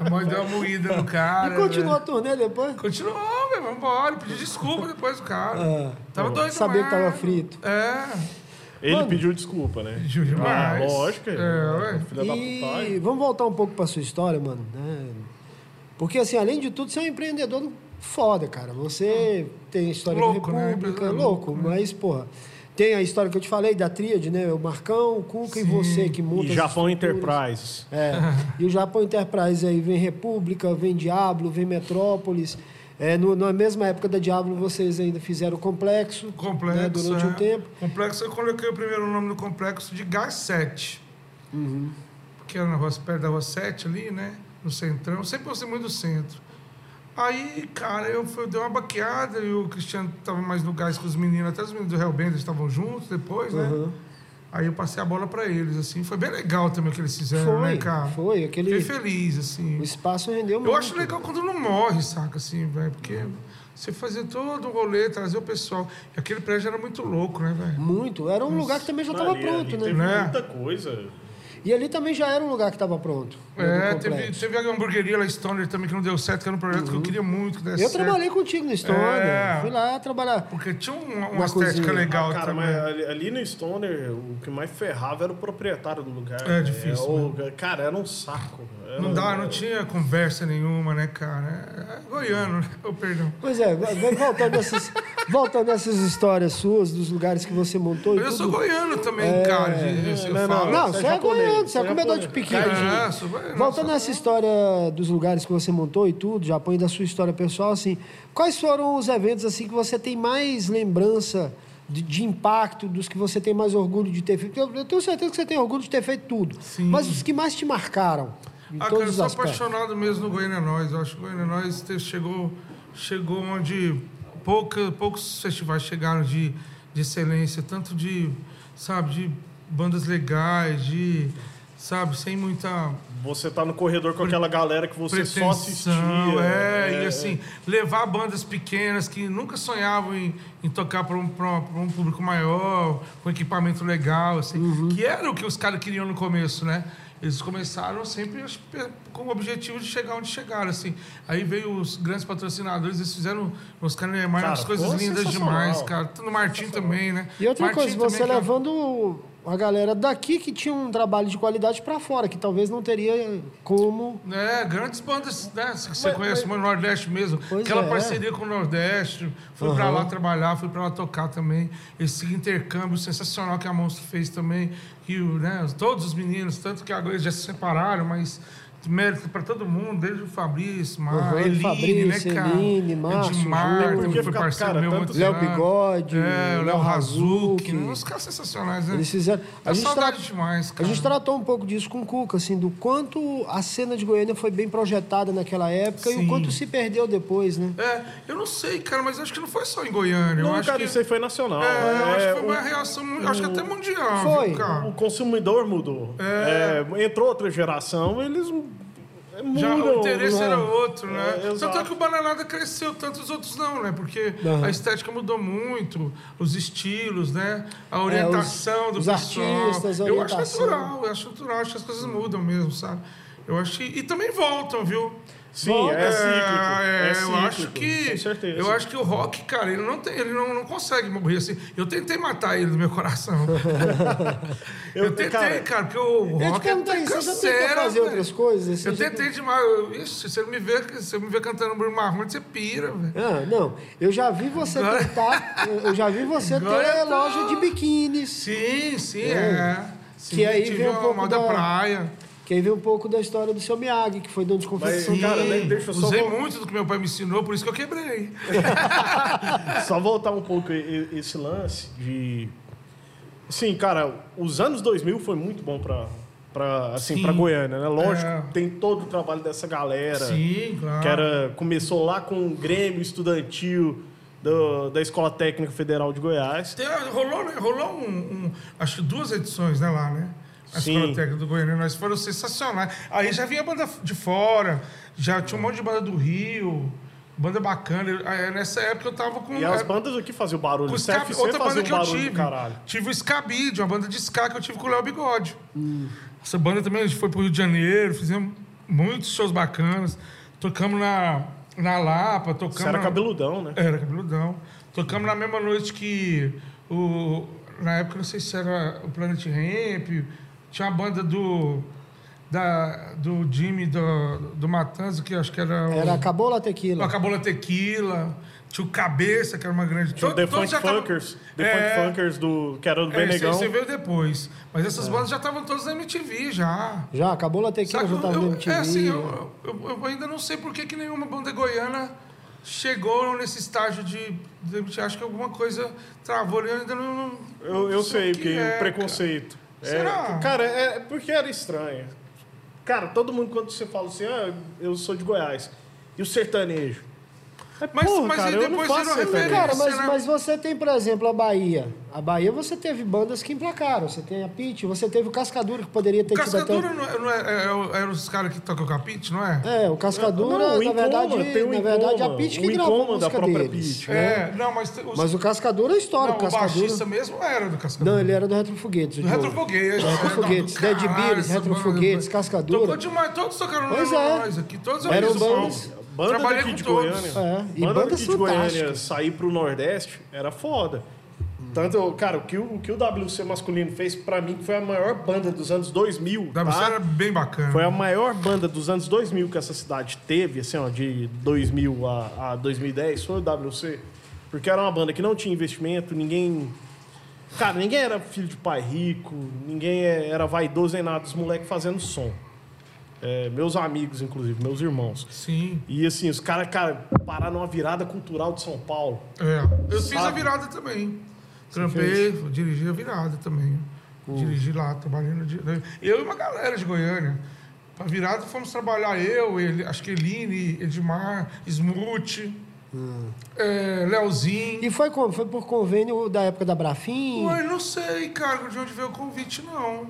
B: A mãe deu uma moída no cara. né?
C: E continuou a
B: velho.
C: turnê depois?
B: Continuou, velho, vambora. Pediu desculpa depois do cara.
C: Ah,
B: tava doido
C: Sabia que
B: demais.
C: tava frito.
B: É,
A: Ele
C: Mano.
A: pediu desculpa, né?
B: Pediu
A: Ah,
B: demais.
A: lógico.
B: É,
A: É,
B: ué.
A: filha da
C: E
A: puta. tá
C: vamos voltar um pouco pra sua história, mano. né? Porque, assim, além de tudo, você é um empreendedor foda, cara. Você tem a história
B: Ah. Louco,
C: da
B: né?
C: República,
B: Empreendedor
C: louco,
B: louco, né?
C: mas, porra. Tem a história que eu te falei da tríade, né? O Marcão, o Cuca e você que monta
A: E
C: as
A: Japão
C: estruturas.
A: Enterprise.
C: É. E o Japão Enterprise aí vem República, vem Diablo, vem Metrópolis. É, no- na mesma época da Diablo, vocês ainda fizeram o complexo.
B: Complexo.
C: né, durante
B: é.
C: um tempo.
B: Complexo, eu coloquei o primeiro nome do complexo de Gás 7.
C: Uhum.
B: Porque era na rua, perto da rua 7 ali, né? No centrão. Sempre gostei muito do centro. Aí, cara, eu, fui, eu dei uma baqueada e o Cristiano tava mais no gás com os meninos. Até os meninos do Hellbender estavam juntos depois, né?
C: Uhum.
B: Aí eu passei a bola pra eles, assim. Foi bem legal também o que eles fizeram,
C: Foi,
B: né, cara?
C: foi. Aquele,
B: Fiquei feliz, assim.
C: o espaço rendeu muito.
B: Eu acho legal quando não morre, saca, assim, velho. Porque você fazer todo o rolê, trazer o pessoal. E aquele prédio era muito louco, né, velho?
C: Muito. Era um lugar que também já estava
A: Ali, ali
C: pronto, né?
A: Teve
B: Né?
A: muita coisa.
C: E ali também já era um lugar que estava pronto. né,
B: É,
C: do
B: teve,
C: complexo. Uhum.
B: teve a hamburgueria lá, Stoner, também, que não deu certo, que era um projeto que eu queria muito que desse
C: Eu
B: certo.
C: trabalhei contigo no Stone.
B: É.
C: Fui lá trabalhar.
B: Porque tinha um- uma,
C: Uma
B: estética
C: cozinha.
B: legal
A: Ah, cara,
B: também.
A: mas ali, ali no Stoner, o que mais ferrava era o proprietário do lugar.
B: É
A: né?
B: difícil,
A: o- cara, era um saco. Era-
B: Não dá, não tinha conversa nenhuma, né, cara? É goiano, né? Ô, perdão.
C: Pois é, vai- vai voltando essas, voltando essas histórias suas, dos lugares que você montou e
B: Mas eu sou
C: tudo. É,
B: goiano também, cara. de- de- eu
A: não,
B: falo.
C: Não,
A: Você é
C: você é
A: japonês,
C: goiano, você
A: você
C: é
A: é
C: comedor de
A: japonês.
C: piqui.
B: É, sou goiano.
C: Voltando
B: sou-
C: nessa história dos lugares que você montou e tudo, Japão e da sua história pessoal, assim, quais foram os eventos assim que você tem mais lembrança de, de impacto, dos que você tem mais orgulho de ter feito? Eu, eu tenho certeza que você tem orgulho de ter feito tudo,
B: Sim.
C: mas os que mais te marcaram em
B: Ah, cara, eu
C: todos os
B: sou
C: aspectos.
B: apaixonado mesmo no Goiânia Nós. Eu acho que o Goiânia Nós te- chegou, chegou onde pouca, poucos festivais chegaram de, de excelência, tanto de, sabe, de bandas legais, de, sabe, sem muita
A: Você tá no corredor com aquela galera que você só
B: pretensão.
A: assistia.
B: é,
A: né?
B: e assim, levar bandas pequenas que nunca sonhavam em, em tocar para um, pra um- pra um público maior, com equipamento legal, assim, que era o que os caras queriam no começo, né? Eles começaram sempre acho que, pe- com o objetivo de chegar onde chegaram, assim. Aí veio os grandes patrocinadores, eles fizeram os caras Neymar,
A: Cara,
B: umas coisas
A: pô,
B: lindas
A: sensacional.
B: demais, cara. No Martim também, né?
C: E outra
B: Martim
C: coisa,
B: também,
C: você
B: que é-
C: levando a galera daqui que tinha um trabalho de qualidade para fora, que talvez não teria como.
B: É, grandes bandas, né? Que você
A: Mas-
B: conhece, mas... o Nordeste mesmo.
C: Pois
B: Aquela
C: é.
B: parceria com o Nordeste. Fui pra lá trabalhar, fui pra lá tocar também. Esse intercâmbio sensacional que a Monstro fez também. Que, o, né, todos os meninos, tanto que agora eles já se separaram, mas mérito pra todo mundo, desde o Fabrício, Mar,
C: Aham,
B: Eline,
C: Fabrício,
B: né, cara?
C: Eline, Márcio,
B: Edmar,
C: Júnior.
B: também foi
A: Porque,
B: parceiro
A: cara,
B: meu há
A: tanto
B: muitos
C: Léo
B: anos.
C: Bigode,
B: é, Léo
C: Léo
B: né?
C: Razucchi.
B: Razuki. Uns caras sensacionais, né?
C: Eles fizeram. A
B: Dá
C: gente,
B: saudade
C: tra-
B: demais,
C: a
B: cara.
C: gente tratou um pouco disso com o Cuca, assim, do quanto a cena de Goiânia foi bem projetada naquela época e o
B: Sim.
C: quanto se perdeu depois, né?
B: É, eu não sei, cara, mas acho que não foi só em Goiânia. eu
A: Não,
B: acho
A: cara,
B: que...
A: isso aí foi nacional.
B: É, eu acho
A: É,
B: que foi uma reação, eu acho que até mundial,
C: Foi.
B: viu, cara?
A: o, o consumidor mudou. É, entrou outra geração, eles m- mudam.
B: Já o interesse
A: né?
B: era outro, né?
A: É,
B: Só
A: exato.
B: que o Bananada cresceu, tanto os outros não, né? Porque
C: Aham.
B: a estética mudou muito, os estilos, né? A orientação do
C: É, os
B: pessoal.
C: artistas, a
B: eu acho é
C: orientação.
B: natural, eu acho natural, acho que as coisas mudam mesmo, sabe? Eu acho que... E também voltam, viu?
A: Sim, é, cíclico.
B: é,
A: É,
B: eu acho
A: cíclico,
B: que.
A: Com certeza.
B: Eu acho que o rock, cara, ele não, tem, ele não, não consegue morrer assim. Eu tentei matar ele do meu coração. é- eu,
A: Eu-
B: tentei,
A: cara,
B: cara, porque o
C: Eu te
B: rock. é
C: perguntei, você já tentou
B: canseira,
C: fazer
B: velho.
C: outras coisas? Você
B: Eu
C: já-
B: tentei demais. Eu- Ixi, você me vê, você me vê cantando Bruno Marrone, você pira, velho.
C: Ah, não. Eu já vi você
B: Agora-
C: tentar. eu- Eu já vi você ter
B: Agora eu tô-
C: loja de biquínis.
B: Sim, sim, é. Sim,
C: Que aí
B: tive
C: vem um
B: uma
C: pouco
B: moda
C: da-
B: praia.
C: Que aí vem um pouco da história do seu Miyagi, que foi dando
A: Mas,
C: desconfecção.
A: Sim. cara, né, deixa eu só
B: Usei
A: vol-
B: muito do que meu pai me ensinou, por isso que eu quebrei.
A: Só voltar um pouco e- e- esse lance de. Sim, cara, os anos 2000 foi muito bom pra, pra, assim,
B: Sim.
A: pra Goiânia, né? Lógico,
B: É.
A: tem todo o trabalho dessa galera.
B: Sim, claro.
A: Que era, começou lá com o Grêmio Estudantil do- da Escola Técnica Federal de Goiás.
B: Tem- rolou, né? rolou um, um- Acho que duas edições, né, lá, né? A
A: Sim.
B: Escola Técnica do Goiânia, nós foram sensacionais. Aí já vinha banda de fora, já tinha um monte de banda do Rio, banda bacana. Eu- aí Nessa época eu tava com.
A: E as
B: é,
A: bandas aqui faziam barulho.
B: com
A: O
B: o Ska-
A: CFC
B: outra
A: fazia
B: banda
A: um
B: que eu
A: barulho do
B: tive.
A: caralho.
B: Tive o Scabide, uma banda de Ska que eu tive com o Léo Bigode.
A: Hum.
B: Essa banda também a gente foi pro Rio de Janeiro, fizemos muitos shows bacanas. Tocamos na, na Lapa, tocamos.
A: Você era
B: na-
A: cabeludão, né?
B: era cabeludão. Tocamos na mesma noite que o. Na época, não sei se era o Planet Ramp, tinha a banda do. Da, do Jimmy do, do Matanza, que eu acho que era. o-
C: Era acabou lá a
B: o
C: tequila.
B: Acabou na Tequila. Tinha o Cabeça, que era uma grande.
A: Tinha o The Funk
B: acabou-
A: Funkers. The
B: É,
A: Funk Funkers, do, que era do
B: é, isso aí
A: Benegão. É.
B: você veio depois. Mas essas bandas já estavam todas na MTV já.
C: Já, acabou lá a tequila,
B: Sabe,
C: já tava
B: eu-
C: no
B: eu-
C: MTV.
B: É assim, eu, eu- eu ainda não sei por que, que nenhuma banda goiana chegou nesse estágio de, de- Acho que alguma coisa travou ali, eu ainda não. não-
A: Eu,
B: não
A: eu sei,
B: o
A: porque
B: é,
A: o
B: cara.
A: preconceito. É,
B: Será?
A: cara, é porque era estranho. Cara, todo mundo, quando você fala assim, ah, eu sou de Goiás, e o sertanejo? É
B: Mas-
A: porra,
B: mas aí
A: cara, eu não
B: depois
A: faço
B: virou
A: sertanejo.
B: referência.
C: Cara, mas,
B: Será?
C: mas você tem, por exemplo, a Bahia. A Bahia você teve bandas que emplacaram. Você tem a Pit, você teve o Cascadura, que um- poderia ter tido
B: Cascadura
C: até...
B: não é, não é, é- é o- eram os caras que tocam capite, não é?
C: É, o Cascadura,
A: Não, o
C: na
A: Incoma,
C: verdade,
A: tem o
C: na verdade a
A: Incoma,
C: Pit
A: o
C: que gravou a
A: Incoma da
C: música
A: própria né?
C: deles.
A: Pitty.
B: É, não, mas. te- Os,
C: Mas o Cascadura é
B: não,
C: histórico,
B: o
C: Cascadura...
B: baixista mesmo era do Cascadura.
C: Não, ele era do Retrofoguetes. o Diogo.
B: Retrofoguetes.
C: Retrofoguetes, Dead Beatles, Retrofoguetes, Cascadura.
B: Tocou demais, todos tocaram
C: Pois
B: no
C: é.
B: nós aqui, todos
C: Eram
B: amigos do
C: bandas-
B: Paulo.
A: Banda
B: Trabalhei
A: daqui
B: com
A: de
B: todos.
A: Goiânia.
C: É, e
A: banda
C: bandas
A: daqui de Goiânia
C: fantásticas.
A: sair pro Nordeste era foda. Tanto, cara, o que o, o que o WC masculino fez, pra mim, que foi a maior banda dos anos 2000.
B: Da
A: tá?
B: tá? era bem bacana.
A: Foi a maior banda dos anos 2000 que essa cidade teve, assim, ó, de 2000 a, a 2010, foi o WC. Porque era uma banda que não tinha investimento, ninguém. Cara, ninguém era filho de pai rico, ninguém é- era vaidoso nem nada, os moleques fazendo som. É, meus amigos, inclusive, meus irmãos.
B: Sim.
A: E assim, os caras, cara, pararam uma virada cultural de São Paulo.
B: É. Eu fiz a
A: Sabe?
B: virada também. Trampei, dirigi a virada também. Dirigi lá, trabalhando. de- né? Eu e uma galera de Goiânia. A virada fomos trabalhar eu, ele, acho que Eline, Edmar, Smut.
C: Ah.
B: é, Leozinho.
C: E foi como? Foi por convênio da época da Brafim?
B: Ué, não sei, cara, de onde veio o convite, não.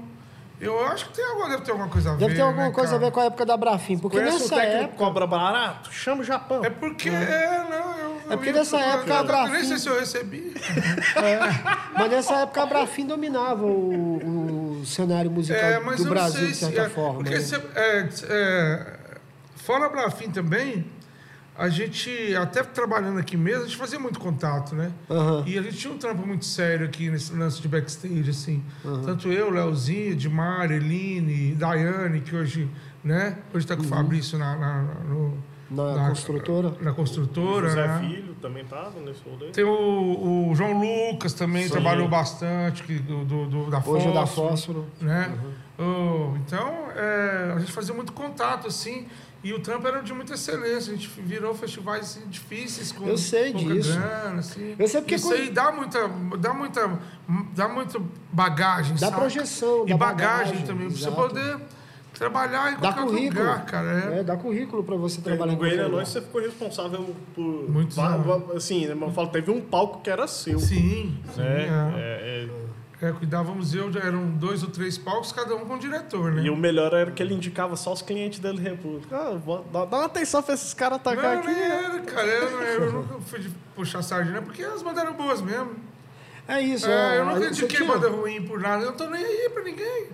B: Eu acho que tem alguma, deve ter alguma coisa a ver.
C: Deve ter alguma
B: né,
C: coisa a
B: cara?
C: ver com a época da Brafim, porque
A: Conhece o
C: nessa
A: técnico
C: época.
A: cobra barato? Chama o Japão.
B: É porque. É, não, eu.
C: É porque
B: eu-
C: nessa
B: eu-
C: época
B: eu-
C: a
B: eu Nem
C: Brafim-
B: sei se eu recebi.
C: Mas nessa época a Brafim dominava o, o cenário musical
B: É, mas
C: do
B: eu
C: Brasil,
B: não sei
C: de certa
B: se, é,
C: forma.
B: Porque
C: né?
B: cê- é, é, fora Brafim também, a gente, até trabalhando aqui mesmo, a gente fazia muito contato, né?
C: Aham.
B: E a gente tinha um trampo muito sério aqui nesse lance de backstage, assim. Tanto eu, Leozinho, Edmar, Eline, Daiane, que hoje, né? Hoje
C: Uhum.
B: tá com o Fabrício na, na, no-
C: Na é construtora?
B: Na construtora.
A: José
B: né?
A: Filho também tava nesse rolê.
B: Tem o, o João Lucas também, trabalhou bastante, que, do, do- do- da
C: Hoje é da
B: Fósforo
C: Fósforo.
B: né? Oh, então, é, a gente fazia muito contato, assim, e o trampo era de muita excelência. A gente virou festivais assim, difíceis com
C: Eu sei
B: pouca
C: disso.
B: grana, assim.
C: Eu sei porque
B: Isso
C: quando-
B: aí dá muita, dá muita, dá muita bagagem,
C: Dá
B: saca?
C: projeção,
B: E
C: dá
B: bagagem,
C: bagagem,
B: também, pra você
C: exato.
B: poder trabalhar em
C: Dá
B: qualquer outro
C: currículo.
B: lugar, cara. É.
C: É, dá currículo pra você trabalhar
A: No
C: em qualquer
A: Goiânia
C: lugar.
A: Nós você ficou responsável por.
B: Muitos
A: va-
B: anos.
A: va- Assim, né, mas eu falo, teve um palco que era
C: É.
A: seu.
B: Sim, sim,
A: né?
B: é.
A: É, é.
B: É, cuidávamos eu, já eram dois ou três palcos, cada um com o diretor, né?
A: E o melhor era que ele indicava só os clientes dele República. Ah, bota- dá, dá uma atenção pra esses caras atacar
B: Não,
A: aqui. né?
B: nem era,
C: né?
B: cara. Eu, eu nunca fui de puxar sardinha, porque elas mandaram boas mesmo.
C: É isso.
B: É, eu
C: não
B: não critiquei banda ruim por nada, eu não tô nem aí pra ninguém.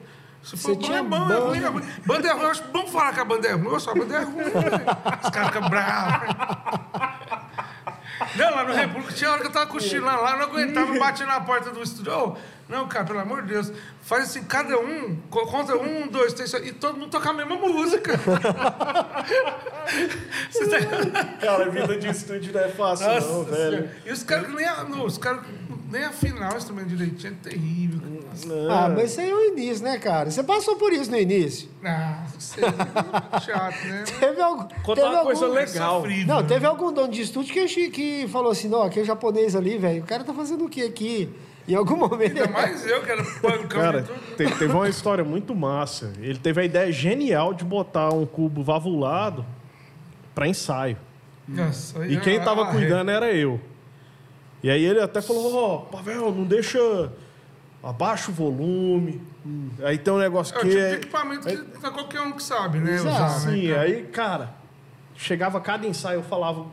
B: Se
C: um. Você
B: for bom,
C: tinha
B: é bom, é
C: banda.
B: ruim, é ruim. Banda é ruim, eu acho bom falar que a banda é ruim, eu só a banda é ruim. velho. Os caras ficam bravos. Não, lá no República tinha hora que eu tava cochilando lá, eu não aguentava, batia na porta do estúdio. Ô, não, cara, pelo amor de Deus, faz assim, cada um, co- conta um, dois, três, e todo mundo toca a mesma música. Você tá...
A: Cara, a vida de estúdio não é fácil, não, velho.
B: Senhora. E os caras que nem, a- não, os caras que nem afinar o instrumento direitinho é terrível. Nossa.
A: Não.
C: Ah, mas isso aí é o início, né, cara? Você passou por isso no início.
B: Ah, não sei, chato, né?
C: Teve algum.
A: Contar
C: teve
A: uma coisa
C: algum-
A: legal.
B: Sofrível. né?
C: Não, teve algum dono de estúdio que, enchi- que falou assim: não, aquele japonês ali, velho, o cara tá fazendo o que aqui? Em algum momento.
B: Ainda mais eu, que era pancão
A: Cara,
B: de tudo.
A: te- teve uma história muito massa. Ele teve a ideia genial de botar um cubo valvulado pra ensaio.
B: Nossa, aí
A: E quem
B: eu-
A: tava
B: ah,
A: cuidando era eu. E aí ele até falou, ó, Pavel, não deixa. Abaixa o volume. Aí tem um negócio
B: É, é o
A: que.
B: tipo
A: é-
B: de equipamento que não é qualquer um que sabe, né?
C: Exato.
B: usar, né,
A: Sim, é
B: cara?
A: aí, cara, chegava cada ensaio, eu falava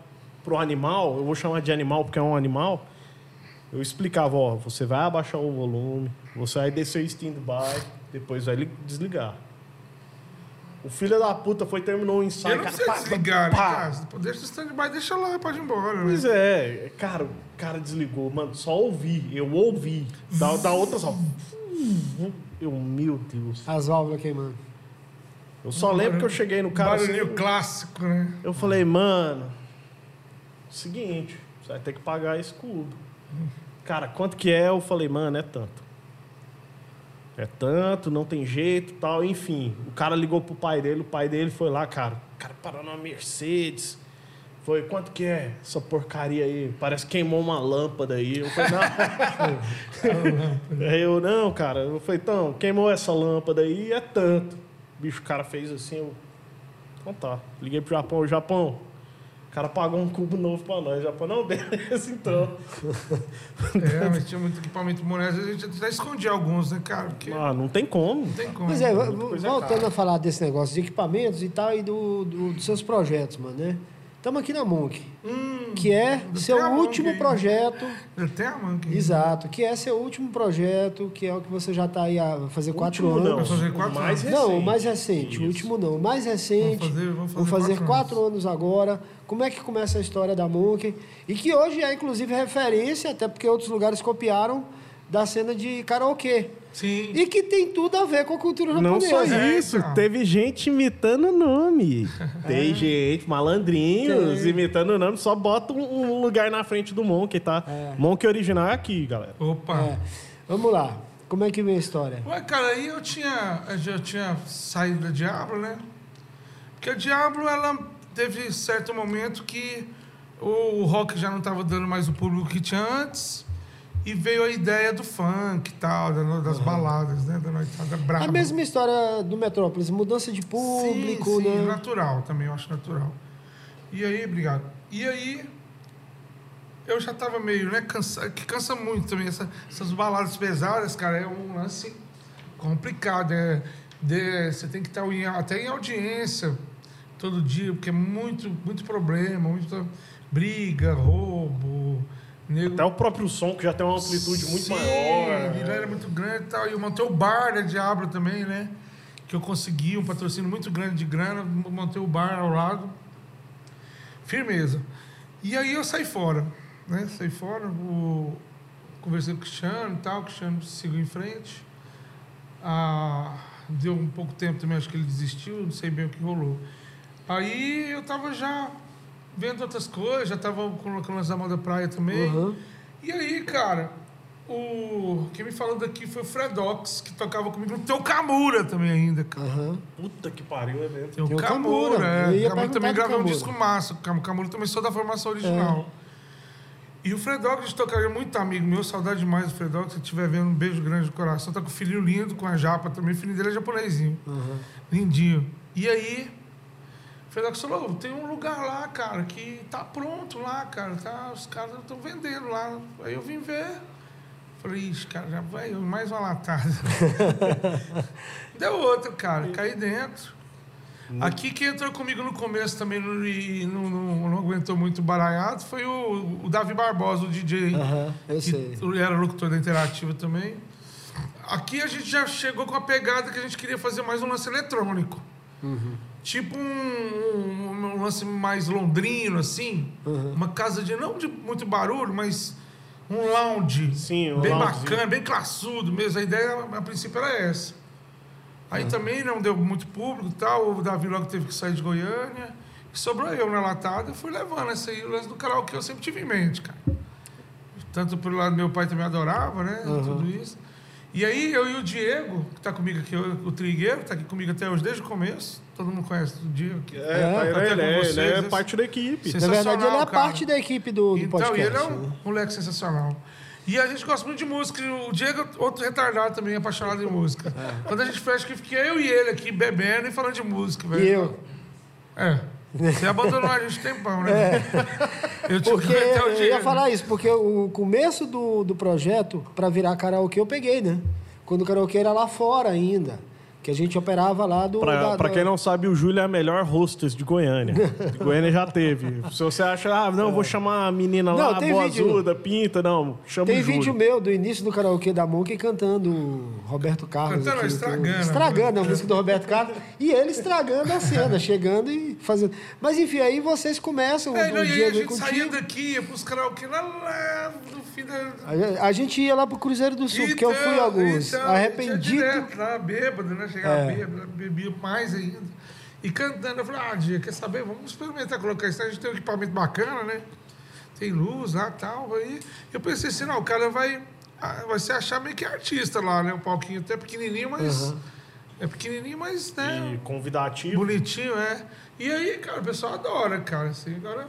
A: pro animal, eu vou chamar de animal porque é um animal. Eu explicava, ó, você vai abaixar o volume, você vai descer o stand-by, depois vai li- desligar. O filho da puta foi, terminou o ensaio.
B: Eu não
A: cara,
B: preciso
A: pá, pá,
B: desligar, né,
A: pá.
B: cara? Deixa o stand-by, deixa lá, pode ir embora, né?
A: Pois é, cara, o cara desligou, mano, só ouvi, eu ouvi. Da, da outra só. Eu, meu Deus.
C: As válvulas queimando.
A: Eu só lembro que eu cheguei no cara. assim,
B: Barulhinho clássico, né?
A: Eu falei, mano, seguinte, você vai ter que pagar esse cubo. Cara, quanto que é? Eu falei, mano, é tanto. É tanto, não tem jeito tal. Enfim, o cara ligou pro pai dele, o pai dele foi lá, cara. O cara parou numa Mercedes. Foi, quanto que é essa porcaria aí? Parece que queimou uma lâmpada aí. Eu falei, não. Aí eu, não, cara. Eu falei, então, queimou essa lâmpada aí, é tanto. Bicho, o cara fez assim, eu, então tá. Liguei pro Japão, o Japão. O cara pagou um cubo novo pra nós. O Japão, não, beleza, então.
B: É, mas tinha muito equipamento moleque. Às vezes a gente até escondia alguns, né, cara? Porque não
A: Ah, não tem como.
B: tem como.
C: Pois é, vo-
B: coisa
C: voltando
B: cara.
C: a falar desse negócio de equipamentos e tal, e do, do- dos seus projetos, mano, né? Estamos aqui na Monk,
B: Hum,
C: que é
B: do
C: seu
B: Terra Monk
C: último
B: aí.
C: projeto.
B: Até a manca.
C: Exato, que é seu último projeto, que é o que você já está aí a fazer quatro
A: Último,
C: anos.
A: não.
B: Vai fazer quatro
A: O mais recente.
C: Não, o mais recente,
A: Isso.
C: o último não, o mais recente.
B: Vamos fazer- vamos fazer
C: quatro,
B: quatro
C: anos. agora. Como é que começa a história da Monkey? E que hoje é, inclusive, referência, até porque outros lugares copiaram, da cena de karaokê.
B: Sim.
C: E que tem tudo a ver com a cultura
A: Não
C: japonesa.
A: só
B: É,
A: isso,
B: então.
A: teve gente imitando o nome. Tem gente, malandrinhos,
C: É. Tem.
A: imitando o nome, só bota um, um lugar na frente do Monk, tá? Monk original é aqui, galera.
B: Opa.
C: É. Vamos lá. Como é que vem a história?
B: Ué, cara, aí eu tinha, eu já tinha saído da Diablo, né? Porque a Diablo, ela teve certo momento que o, o rock já não estava dando mais o público que tinha antes. E veio a ideia do funk e tal, da no- das baladas, né? Da noitada brava.
C: A mesma história do Metrópolis, mudança de público,
B: sim, sim,
C: né?
B: natural também, eu acho natural. E aí, obrigado. E aí, eu já tava meio, né, cansa, que cansa muito também, essa- essas baladas pesadas, cara, é um lance complicado, é, de- você tem que estar em- até em audiência todo dia, porque é muito, muito problema, muita briga, roubo, nego...
A: Até o próprio som, que já tem uma amplitude muito
B: Sim,
A: maior.
B: ele era muito grande e tal. E eu montei o bar da Diablo também, né? Que eu consegui um patrocínio muito grande de grana, montei o bar ao lado. Firmeza. E aí eu saí fora, né? Saí fora, o- conversei com o Cristiano e tal, o Cristiano seguiu em frente. Ah, deu um pouco tempo também, acho que ele desistiu, não sei bem o que rolou. Aí eu tava já vendo outras coisas, já tava colocando as da moda praia também.
C: Aham.
B: E aí, cara, o quem me falou daqui foi o Fredox, que tocava comigo. Tem o Camura também ainda, cara.
C: Aham.
A: Puta que pariu, evento.
B: Tem o
C: Tem o
B: Camura.
C: Camura,
B: é.
C: eu ia
B: Camura também
C: perguntar do
B: gravou um
C: Camura. É.
B: disco massa. O Cam- Camura também sou da formação original. E o Fredox, a gente tocava muito amigo meu, saudade demais do Fredox. Se estiver vendo, um beijo grande do coração. Tá com o filhinho lindo, com a japa também. O filhinho dele é japonesinho.
C: Aham.
B: Lindinho. E aí, o Fedox falou, "Ô, tem um lugar lá, cara, que tá pronto lá, cara. Tá, os caras estão vendendo lá. Aí eu vim ver. Falei, ixi, cara, já vai mais uma latada. Deu outro, cara. Caí dentro. Aqui que entrou comigo no começo também não- e não, não- não aguentou muito baralhado foi o, o Davi Barbosa, o DJ.
C: Aham, eu sei.
B: que era locutor da Interativa também. Aqui a gente já chegou com a pegada que a gente queria fazer mais um lance eletrônico.
C: Uhum.
B: Tipo um, um- um lance mais londrino, assim.
C: Uhum.
B: Uma casa de, não de muito barulho, mas um lounge.
A: Sim, um
B: Bem
A: loungezinho.
B: bacana, bem classudo mesmo. A ideia, a princípio, era essa. Aí
C: Uhum.
B: também não deu muito público e tal. O Davi logo teve que sair de Goiânia. Sobrou eu na latada. Eu fui levando essa aí. O lance do karaokê eu sempre tive em mente, cara. Tanto pelo lado meu pai também adorava, né? Tudo isso. E aí eu e o Diego, que tá comigo aqui, o o Trigueiro, que tá aqui comigo até hoje desde o começo. Todo mundo conhece o Diego aqui.
A: É, tá,
B: tá até
A: ele,
B: com
A: é,
B: vocês,
A: ele é
B: né?
A: parte da equipe.
B: Vocês-
C: Na verdade, ele é
B: Sensacional,
C: a
B: cara.
C: parte da equipe do, do
B: Então,
C: podcast.
B: e ele é um
C: né?
B: moleque sensacional. E a gente gosta muito de música. e O Diego, é outro retardado também, apaixonado em música.
C: É.
B: Quando a gente fecha, que fica eu e ele aqui bebendo e falando de música, velho.
C: E eu.
B: É. Você abandonou a gente tempão, né? Eu te
C: É. Porque
B: até o
C: eu ia
B: Diego.
C: falar isso, porque o começo do, do projeto, para virar karaokê, eu peguei, né? Quando o karaokê era lá fora ainda. Que a gente operava lá do.
A: Pra,
C: da-
A: pra
C: da-
A: quem não sabe, o Júlio é a melhor hostess de Goiânia. De Goiânia já teve. Se você acha, ah, não, vou chamar a menina
C: É. Não,
A: lá,
C: tem
A: boa
C: vídeo.
A: azuda, pinta, não, chama
C: Tem
A: o Júlio.
C: vídeo meu do início do karaokê da Monkey cantando o Roberto Carlos.
B: Cantando,
C: aqui,
B: estragando. né?
C: então, Estragando a música do Roberto Carlos. E ele estragando a cena, chegando e fazendo. Mas enfim, aí vocês começam
B: É,
C: o
B: não, e aí
C: um dia
B: a
C: aí
B: gente saía
C: contigo.
B: daqui, ia pros karaokê lá, lá no fim da.
C: A- A gente ia lá pro Cruzeiro do Sul, porque eu fui
B: Então,
C: alguns.
B: então,
C: Arrependido. É.
B: Tinha direto lá, bêbado, né? Chegava bêbado, bebia mais ainda. E cantando, eu falei, ah, Dia, quer saber? Vamos experimentar colocar isso. aí. A gente tem um equipamento bacana, né? Tem luz lá e tal. Aí eu pensei assim, não, o cara vai, ah, vai se achar meio que artista lá, né? Um palquinho até pequenininho, mas... É pequenininho, mas, né?
A: E convidativo.
B: Bonitinho, é. E aí, cara, o pessoal adora, cara. Assim, agora,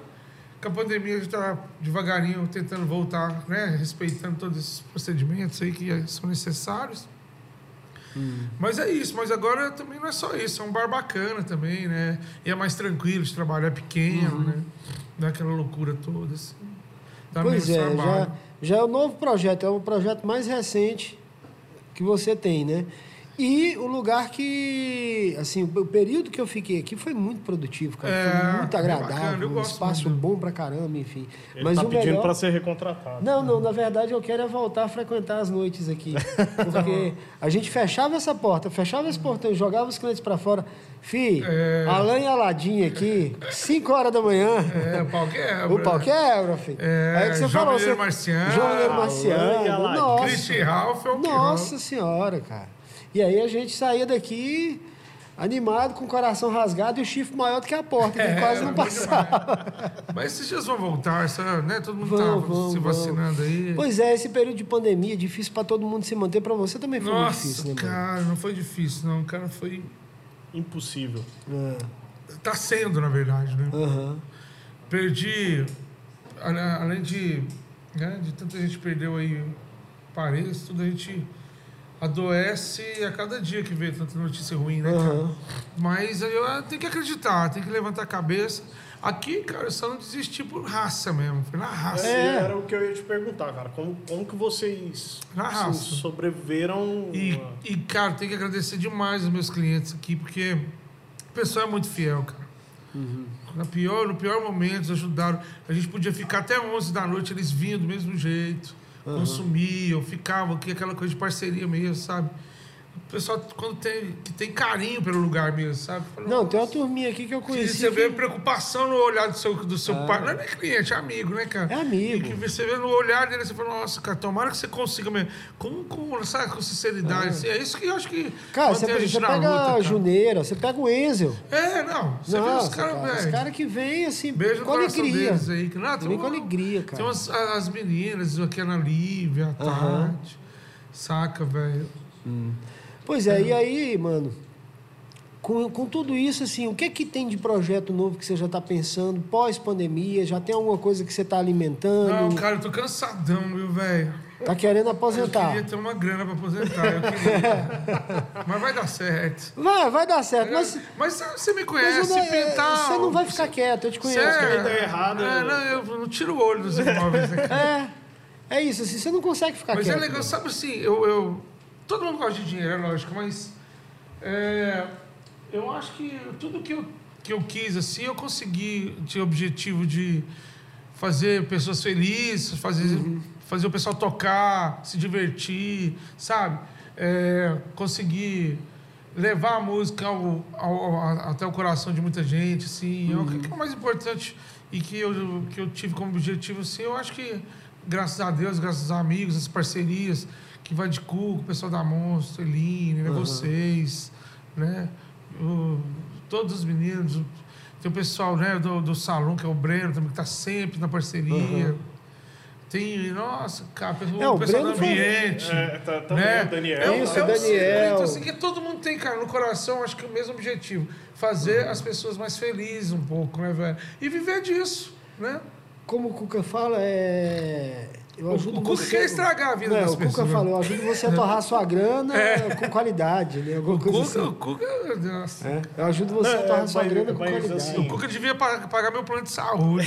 B: com a pandemia, a gente tá devagarinho tentando voltar, né? Respeitando todos esses procedimentos aí que são necessários.
C: Hum.
B: Mas é isso, mas agora também não é só isso, é um bar bacana também, né? E é mais tranquilo de trabalhar, é pequeno,
C: Uhum.
B: né? Não é aquela loucura toda, assim. Dá
C: Pois é,
B: menos trabalho.
C: já, já é o novo projeto, é o projeto mais recente que você tem, né? E o lugar que, assim, o período que eu fiquei aqui foi muito produtivo, cara.
B: É,
C: foi muito
B: é
C: agradável,
B: bacana, eu
C: um
B: gosto
C: espaço
B: muito.
C: bom pra caramba, enfim.
A: Ele tá pedindo pra ser recontratado.
C: Não, não, na verdade eu quero é voltar a frequentar as noites aqui. Porque a gente fechava essa porta, fechava esse portão, jogava os clientes pra fora. Fi, Alan e Aladim aqui, 5 horas da manhã.
B: É, o pau quebra.
C: O pau quebra, filho.
B: É,
C: Aí que você
B: João
C: falou,
B: Mineiro
C: você...
B: Marciano,
C: João Mineiro
A: Alan e
C: Marciano.
A: Aladim.
C: Nossa,
B: Christian Ralph é o que rola.
C: nossa senhora, cara. E aí a gente saía daqui animado, com o coração rasgado e o chifre maior do que a porta, que quase não
B: era bom
C: passava.
B: É, Mas esses dias vão voltar, essa, né? Todo mundo
C: Vão,
B: tá
C: vão,
B: se
C: vão.
B: vacinando aí.
C: Pois é, esse período de pandemia, difícil pra todo mundo se manter, pra você também foi muito
B: Nossa,
C: difícil, né, mano?
B: cara, não foi difícil, não. Cara, foi.
A: Impossível.
B: Tá sendo, na verdade, né?
C: É, Aham.
B: Perdi. a- Além de. né, de tanta gente perdeu aí parentes, tudo a gente adoece a cada dia que vê tanta notícia ruim, né, cara?
C: Aham.
B: Mas eu ah, tem que acreditar, tem que levantar a cabeça. Aqui, cara, eu só não desisti por raça mesmo. Foi na raça.
A: É,
C: É.
A: Era o que eu ia te perguntar, cara. Como, como que vocês
B: Na
A: so-
B: raça.
A: sobreviveram?
B: E,
A: a-
B: e, cara, tem que agradecer demais os meus clientes aqui, porque o pessoal é muito fiel, cara.
C: Uhum.
B: Na pior, no pior momento, eles ajudaram. A gente podia ficar até 11 da noite, eles vinham do mesmo jeito,
C: Uhum.
B: consumiam, ficavam aqui, aquela coisa de parceria mesmo, sabe? O pessoal, quando tem, que tem carinho pelo lugar mesmo, sabe? Fala,
C: Não, tem uma
B: "Nossa,
C: turminha aqui que eu
B: E
C: conheci.
B: você vê
C: que-
B: preocupação no olhar do seu, do seu pai. Não é nem cliente, é amigo, né, cara?
C: É amigo.
B: E que você vê no olhar dele, você fala, nossa, cara, tomara que você consiga mesmo. Com, com, sabe, com sinceridade. assim. É. isso que eu acho que.
C: Ah. Cara,
B: mantém
C: você,
B: a gente
C: você
B: na
C: pega
B: luta,
C: a
B: cara.
C: Juneira, você pega o Enzel.
B: É, não. Você vê os
C: Nossa,
B: caras,
C: cara, os
B: velho.
C: caras que vêm assim,
B: Beijo no
C: com
B: coração
C: alegria.
B: deles aí. Que, não, tem
C: Vem
B: uma-
C: com alegria, cara.
B: Tem umas, a- as meninas, aqui é na Lívia, a
C: Aham.
B: Tati. Saca, velho.
C: Pois é, e aí, mano, com, com tudo isso, assim, o que é que tem de projeto novo que você já está pensando pós-pandemia? Já tem alguma coisa que você está alimentando?
B: Não, cara, eu tô cansadão, viu, velho?
C: Tá querendo
B: Eu
C: aposentar?
B: queria ter uma grana pra aposentar. Eu queria. Mas vai dar certo.
C: Vai, vai dar certo, mas...
B: Mas, você me
C: mas
B: conhece,
C: eu não-
B: É,
C: é,
B: se pintar.
C: Você não vai ficar quieto, eu te
B: Você
C: conheço.
B: é-
A: Quem deu errado,
B: É,
A: eu-
B: não, eu não tiro o olho dos imóveis, né, cara?
C: É, é isso, assim, você não consegue ficar
B: Mas é
C: quieto.
B: legal, sabe assim, eu, eu- Todo mundo gosta de dinheiro, é lógico, mas. é, eu acho que tudo que eu, que eu quis, assim, eu consegui. Tinha objetivo de fazer pessoas felizes, fazer, fazer o pessoal tocar, se divertir, sabe? É, conseguir levar a música ao- ao- ao- até o coração de muita gente, assim. É o que é o mais importante e que eu, que eu tive como objetivo, assim, eu acho que, graças a Deus, graças aos amigos, as parcerias, que vai de cu, o pessoal da Monstro, Eline, né, vocês, né? o- todos os meninos, o- tem o pessoal né, do, do salão, que é o Breno também, que tá sempre na parceria. Tem, nossa, cara, o,
C: Uhum. É, o
B: pessoal do
C: Breno foi-
B: ambiente.
A: É, tá, também
B: né?
A: o Daniel.
B: É um-
C: Isso,
B: é um
C: Daniel.
B: circuito, assim, que todo mundo tem, cara, no coração, acho que é o mesmo objetivo. Fazer
C: Uhum.
B: as pessoas mais felizes um pouco, né, velho? E viver disso, né?
C: Como o Cuca fala, é... Eu
B: O-
C: ajudo
B: o Cuca
C: você...
B: quer estragar a vida
C: Não,
B: das
C: o Cuca
B: pessoas.
C: fala, eu ajudo você a torrar a sua grana com qualidade, né? Alguma coisa
B: Cuca,
C: assim.
B: o Cuca, nossa,
C: É, Eu ajudo você a
A: É,
C: torrar sua
A: mas-
C: grana com
A: mas
C: qualidade.
A: assim-
B: o Cuca devia pa- pagar meu plano de saúde.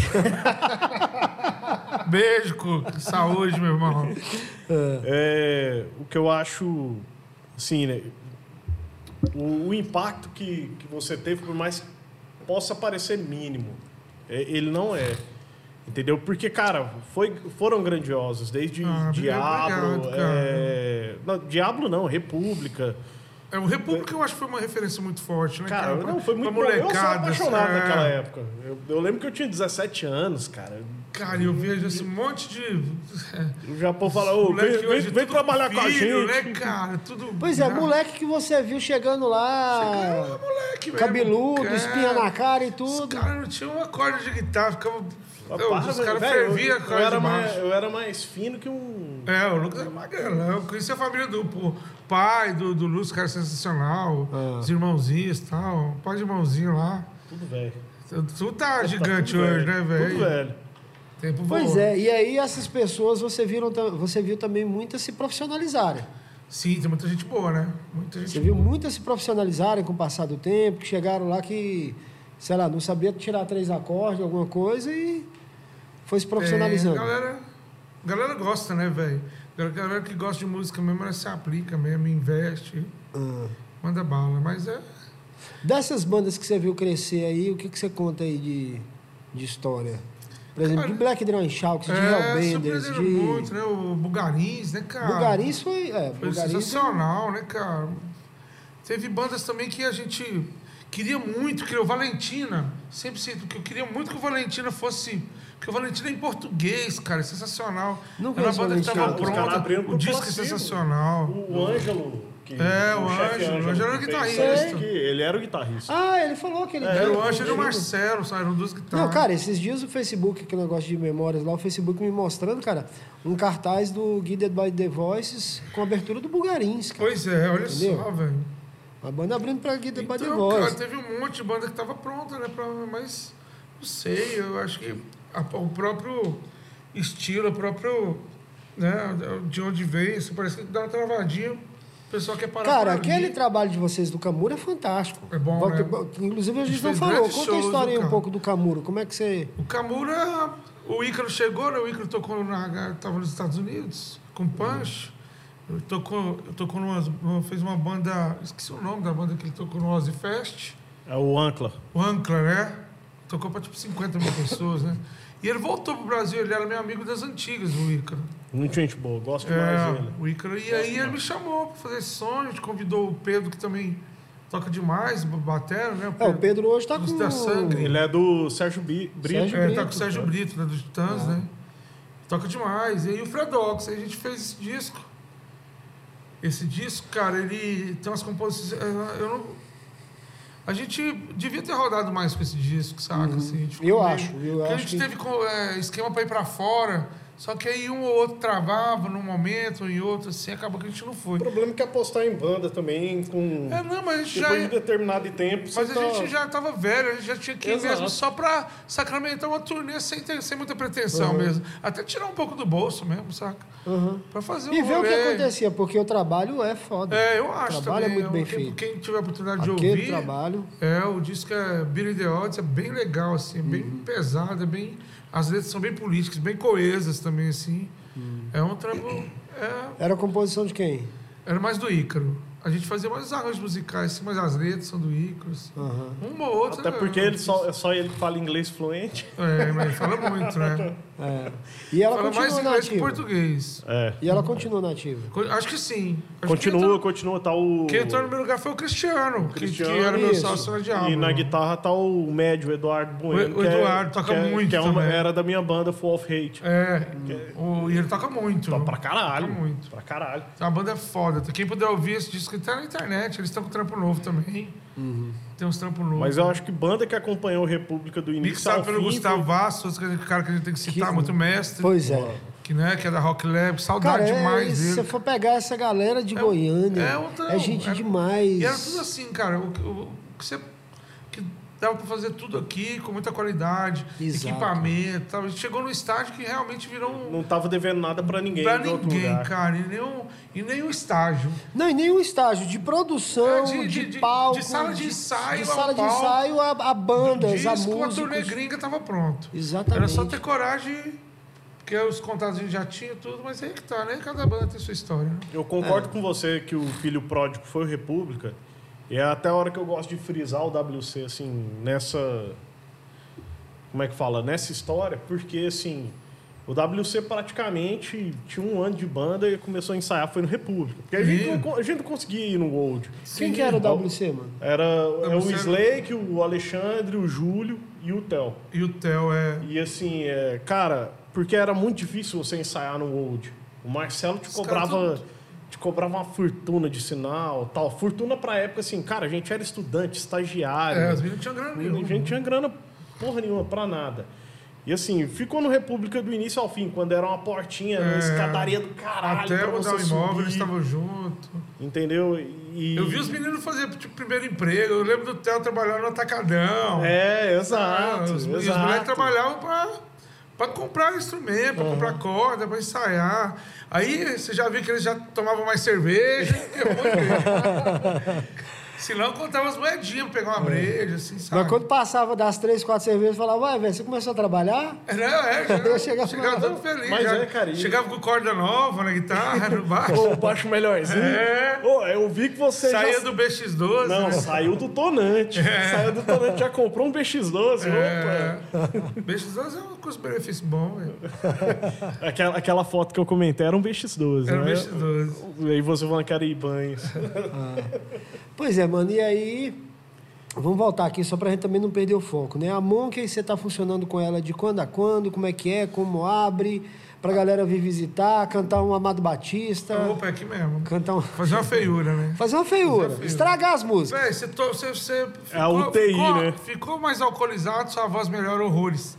B: Beijo, Cuca. Saúde, meu irmão.
A: É, o que eu acho, assim, né? O, o impacto que, que você teve, por mais que possa parecer mínimo, é, ele não é. Entendeu? Porque, cara, foi, foram grandiosos. Desde
B: Ah,
A: Diablo...
B: obrigado, cara.
A: é, não, Diablo não, República.
B: É, o República eu acho que foi uma referência muito forte, né,
A: Cara,
B: cara?
A: não, foi muito bom.
B: pra
A: Eu sou
B: molecada,
A: apaixonado
B: assim, é.
A: naquela época. Eu, eu lembro que eu tinha 17 anos, cara.
B: Cara, eu vejo esse monte de.
A: O Japão fala, ô, vem,
B: moleque
A: vem-
B: hoje é
A: vem
B: tudo
A: trabalhar com a
B: filho,
A: gente.
B: né, cara? Tudo.
C: Pois é, moleque que você viu chegando lá,
B: Ah, moleque, é.
C: cabeludo,
B: velho,
C: espinha na cara e
B: Os
C: tudo.
B: caras não tinham uma corda de guitarra, ficavam.
A: Ah,
B: Eu,
A: para,
B: os
A: velho,
B: caras
A: velho,
B: ferviam
A: eu,
B: a
A: eu,
B: corda
A: era
B: de
A: mais,
B: baixo.
A: eu era mais fino que um.
B: É, o Lucas era magrelão. Eu conheci a família do pô, pai, do, do Lúcio, cara sensacional.
C: Ah.
B: Os irmãozinhos e tal. Pai de irmãozinho lá.
A: Tudo velho.
B: Tudo tá
A: Tá
B: gigante
A: tudo velho,
B: hoje, né, velho?
A: Tudo velho.
B: Tempo
C: Pois
B: voa.
C: é, e aí essas pessoas você, viram, ta- você viu também muitas se profissionalizarem.
B: Sim, tem muita gente boa, né? Muita gente
C: Você viu muitas se profissionalizarem com o passar do tempo, que chegaram lá que, sei lá, não sabia tirar três acordes, alguma coisa, e foi se profissionalizando.
B: É, galera, galera gosta, né, velho? Galera, galera que gosta de música mesmo, ela se aplica mesmo, investe,
C: Ah.
B: manda bala. Mas é.
C: Dessas bandas que você viu crescer aí, o que, que você conta aí de, de história? Por exemplo,
B: Cara,
C: de Black Drum Shouts, de
B: é
C: Hellbenders,
B: surpreenderam
C: de...
B: muito, né? O Bugarins, né, cara?
C: Bugarins foi... É,
B: Foi
C: Bugarins...
B: sensacional, né, cara? Teve bandas também que a gente queria muito, que o Valentina, sempre sinto que eu queria muito que o Valentina fosse. Porque o Valentina é em português, cara, é sensacional.
C: Não
B: Era uma
C: conheço
B: banda que tava
C: Valentina.
A: Os caras
B: pronta,
A: abriram pro
B: o disco é
A: Placebo.
B: sensacional.
A: O Ângelo. Que, um
B: É, o
A: chefe
B: Ângelo, o Ângelo era o
A: que
B: guitarrista.
A: fez, que Ele era o guitarrista.
C: Ah, ele falou
A: É,
C: que ele...
B: Era
C: deu-
B: é o Ancho e o Marcelo, um só eram duas guitarras.
C: Não, cara, esses dias o Facebook, aquele negócio de memórias lá, o Facebook me mostrando, cara, um cartaz do Guided by the Voices com a abertura do Bugarins, cara.
B: Pois é, olha
C: Entendeu?
B: só, velho.
C: A banda abrindo pra Guided by the
B: Então, cara,
C: Voices.
B: teve um monte de banda que tava pronta, né? pra- mas não sei, eu acho que a- o próprio estilo, o próprio. Né, de onde veio, isso parece que dá uma travadinha. O pessoal quer parar
C: Cara,
B: pra
C: aquele
B: mim.
C: trabalho de vocês do Camuro é fantástico.
B: É bom,
C: Bom,
B: né?
C: que- bom, que Inclusive, a
B: A
C: gente
B: gente
C: não
B: fez
C: falou.
B: grandes
C: Conta a
B: shows né, do
C: história aí um
B: Camuro.
C: pouco do Camuro. Como é que você...
B: O Camura, o Ícaro chegou, né? O Ícaro tocou na. Tava nos Estados Unidos, com Punch. Ele tocou, tocou numa, numa- fez uma banda. Esqueci o nome da banda que ele tocou no Ozzy Fest.
A: É o Ancla.
B: O Ancla, né? Tocou pra tipo 50 mil pessoas, né? E ele voltou pro Brasil, ele era meu amigo das antigas, o Ícaro.
A: Muito um gente boa, gosto demais
B: É,
A: dele.
B: o Ícaro. E aí ele me chamou pra fazer esse sonho, convidou o Pedro, que também toca demais, batera, né?
C: É, o Pedro hoje tá com...
B: Custa sangue. né,
A: Ele é do Sérgio Bi- Brito.
C: Sérgio
B: É,
C: Brito, É.
B: tá com o Sérgio Brito, né, dos Titãs, né? Toca demais. E aí o Fredox, aí a gente fez esse disco. Esse disco, cara, ele tem umas composições. eh, Eu não... A gente devia ter rodado mais com esse disco, saca? Assim, a gente ficou
C: Uhum. Eu
B: meio-
C: acho, eu
B: Porque a
C: acho
B: gente
C: que-
B: teve com, eh, esquema pra ir pra fora, só que aí um ou outro travava num momento, em outro, assim, acabou que a gente não foi.
A: O problema é que apostar em banda também, com
B: É, não, mas a gente já.
A: depois de determinado tempo. tá
B: Mas a gente
C: tá
B: já tava velho, a gente já tinha que ir
A: Exato.
B: mesmo só pra sacramentar uma turnê sem, ter- sem muita pretensão mesmo. Até tirar um pouco do bolso mesmo, saca?
C: Aham.
B: Pra fazer um
C: E ver o que
B: rolê.
C: acontecia, porque o trabalho é foda.
B: É, eu acho
C: O trabalho
B: também.
C: é muito bem
B: quem,
C: feito.
B: Quem tiver a oportunidade de
C: Aquele
B: ouvir,
C: trabalho...
B: é, o disco é Billy the Odds, é bem legal, assim, é bem
A: Uhum.
B: pesado, é bem... As letras são bem políticas, bem coesas também, assim.
A: Uhum.
B: É um trampo... é,
C: Era a composição de quem?
B: era mais do Ícaro. A gente fazia mais arranjos musicais, assim, mas as letras são do Ícaro, assim.
C: Aham.
B: Uma ou outra...
A: Até porque ele só, é só ele que fala inglês fluente.
B: É, mas fala muito, né?
C: É. E ela
B: fala mais
C: continua
B: inglês que
C: nativa.
B: português.
A: É.
C: E ela continua nativa.
B: Co- Acho que sim. Acho que
A: continua,
B: quem entrou-
A: continua, tá o.
B: Quem entrou no meu lugar foi o Cristiano, que-
A: Cristiano,
B: que, era meu
C: isso.
B: sócio na
A: E
B: Diablo.
A: na guitarra tá o médio Eduardo Bueno.
B: Ah, O- o
A: que é-
B: Eduardo toca
A: que é-
B: muito
A: que é uma-
B: também.
A: Era da minha banda Full of Hate.
B: É, o- e ele toca muito.
A: Tá pra caralho.
B: Toca muito.
A: Pra caralho.
B: A banda é foda. Quem puder ouvir esse disco, tá na internet. Eles estão com trampo novo também. Tem uns trampos novos.
A: Uhum. Mas eu acho que banda que acompanhou República do início ao
B: Mixado pelo
A: fim,
B: Gustavo Vasco, outro que- cara que a gente tem que citar,
C: Que-
B: muito mestre.
C: Pois é.
B: Que, né, que é da Rock Lab. Saudade
C: Cara, é,
B: demais
C: se você
B: dele.
C: for pegar essa galera de
B: É-
C: Goiânia, é,
B: é outra-
C: gente
B: é-
C: demais.
B: E era tudo assim, cara. O, o- o que você. Que dava pra fazer tudo aqui, com muita qualidade,
C: Exato.
B: equipamento. Tal. A gente chegou num estágio que realmente virou um.
A: Não tava devendo nada pra ninguém.
B: pra
A: de outro
B: ninguém,
A: lugar.
B: cara. E nenhum, e nenhum estágio.
C: Não, em nenhum estágio, de produção,
B: É, de-
C: de,
B: de- de-
C: palco.
B: de sala de ensaio
C: De
B: ao
C: sala de
B: palco,
C: ensaio a, a bandas, a
B: disco, a turnê
C: música.
B: gringa tava pronto.
C: Exatamente.
B: Era só ter coragem, porque os contatos a gente já tinha e tudo, mas aí que tá, né? Cada banda tem sua história. né?
A: Eu concordo
C: É.
A: com você que o filho pródigo foi o República. E é até a hora que eu gosto de frisar o WC, assim, nessa. Como é que fala? Nessa história, porque, assim, o WC praticamente tinha um ano de banda e começou a ensaiar, foi no República. Porque a gente,
B: Sim.
A: não, con- a gente não conseguia ir no Gold.
C: Quem que era o WC, mano?
A: Era é o
B: WC.
A: Slake, o Alexandre, o Júlio e o Theo.
B: E o Theo é.
A: E assim, é, cara, porque era muito difícil você ensaiar no Old. O Marcelo te
B: Os
A: cobrava,
B: caras
A: te cobrava uma fortuna de sinal, tal. Fortuna pra época, assim, cara, a gente era estudante, estagiário.
B: É, as meninas tinham grana
A: a
B: nenhuma.
A: gente tinha grana porra nenhuma pra nada. E assim, ficou no República do início ao fim, quando era uma portinha, uma
B: É.
A: escadaria do caralho.
B: Até
A: pra
B: mudar
A: você
B: o imóvel,
A: subir,
B: eles estavam junto.
A: Entendeu? E...
B: Eu vi os meninos fazer tipo, primeiro emprego. Eu lembro do Theo trabalhando no Atacadão.
A: É,
B: Ah,
A: exato.
B: os, e os
A: exato.
B: moleques trabalhavam pra, pra comprar instrumento, pra comprar corda, pra ensaiar. Aí você já viu que eles já tomavam mais cerveja, porque foi Se não, contava as moedinhas pra pegar uma breja, assim, sabe?
C: Mas quando passava das três, quatro cervejas, eu falava, ué, velho, você começou a trabalhar?
B: Era, é,
C: Eu
B: já,
C: chegava
B: chegava,
C: lá,
B: todo feliz.
A: mas
B: já,
A: é, cara, e-
B: chegava com corda nova na guitarra, no baixo.
A: Pô, baixo melhorzinho.
B: É.
A: Ô, eu vi que você já
B: Saía do BX-12.
A: Não,
B: né?
A: saiu do tonante. Saiu do tonante, já comprou um BX-12.
B: É. BX-12 é um custo-benefício bom, velho.
A: Opa! Aquela, aquela foto que eu comentei era um BX-12,
B: Era um
A: né?
B: BX-12.
A: E aí você falando que era Ibanez.
C: Pois é, mano, e aí. Vamos voltar aqui só pra gente também não perder o foco, né? A Monkey, você tá funcionando com ela de quando a quando, como é que é, como abre, pra galera vir visitar, cantar um Amado
A: Tá.
C: Batista,
B: Opa, é aqui mesmo.
C: cantar um.
B: Fazer uma feiura, né?
C: Fazer uma feiura, estragar as músicas.
B: Véi, você, to- você, você
A: É a UTI,
B: ficou,
A: né?
B: Ficou mais alcoolizado, sua voz melhora horrores.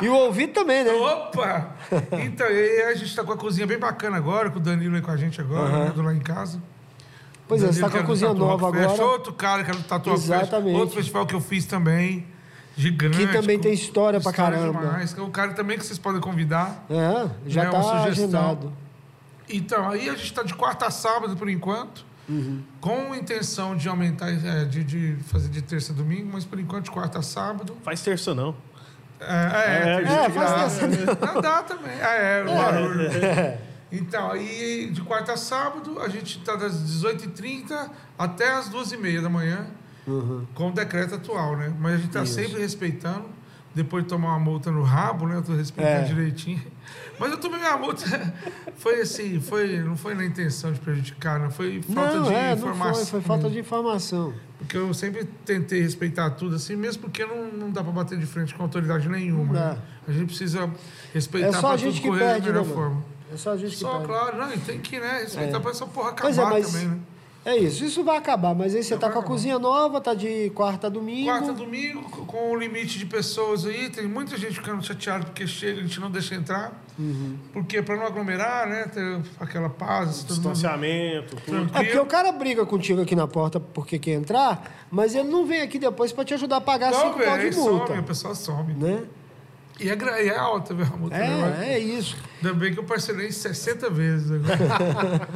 C: E o ouvido também,
A: É.
C: né?
B: Opa! Então, e aí a gente tá com a cozinha bem bacana agora, com o Danilo aí com a gente agora, né, do lá em casa.
C: Pois é, você tá
B: Danilo,
C: com
B: que
C: a
B: era do
C: cozinha
B: Tatu
C: nova
B: Rock Fest,
C: agora,
B: Outro cara que era do Tatuapé.
C: Exatamente.
B: Outro festival que eu fiz também, gigante.
C: que também tem história pra
B: História
C: caramba.
B: demais, que É um cara também que vocês podem convidar.
C: É, já
B: Né,
C: tá
B: uma sugestão.
C: agendado.
B: Então, aí a gente está de quarta a sábado por enquanto,
C: Uhum.
B: com intenção de aumentar, é, de, de fazer de terça a domingo, mas por enquanto de quarta a sábado.
A: Faz terça não.
B: É, é,
A: É,
B: tem
A: é,
B: gente que
C: faz
B: dá,
C: terça
B: Não dá também. É, é, o barulho. Então, aí de quarta a sábado, a gente está das 18h30 até as 2h30 da manhã,
C: Uhum.
B: com o decreto atual, né? Mas a gente está sempre respeitando. Depois de tomar uma multa no rabo, né? Eu tô respeitando
C: É.
B: direitinho. Mas eu tomei minha multa. Foi assim, foi, não foi na intenção de prejudicar, não. Foi falta
C: não,
B: de
C: é, não
B: informação.
C: foi, foi falta de informação.
B: Porque eu sempre tentei respeitar tudo assim, mesmo porque não, não dá pra bater de frente com autoridade nenhuma.
C: Não dá.
B: né? A gente precisa respeitar
C: É só
B: pra
C: a gente
B: tudo
C: que
B: correr da
C: perde,
B: melhor
C: né, mano?
B: forma.
C: É só a gente que
B: Só,
C: pede.
B: claro, não, e tem que, né, respeitar pra essa porra acabar
C: Pois é, mas
B: também, né?
C: é isso. Isso vai acabar, mas aí você tá
B: vai
C: com a
B: acabar.
C: cozinha nova, tá de quarta a domingo.
B: Quarta, domingo, co- com o limite de pessoas aí, tem muita gente ficando chateada porque chega, a gente não deixa entrar.
C: Uhum.
B: Porque pra não aglomerar, né, ter aquela paz, todo mundo
A: Distanciamento, tudo.
B: tranquilo.
C: É porque o cara briga contigo aqui na porta porque quer entrar, mas ele não vem aqui depois pra te ajudar a pagar
B: Não,
C: cinco pau
B: velho,
C: de
B: aí some,
C: multa.
B: a pessoa some.
C: Né?
B: E é, gra- e é alta, velho, a multa. né, mas-
C: É, é isso.
B: Ainda bem que eu parcelei 60 vezes agora.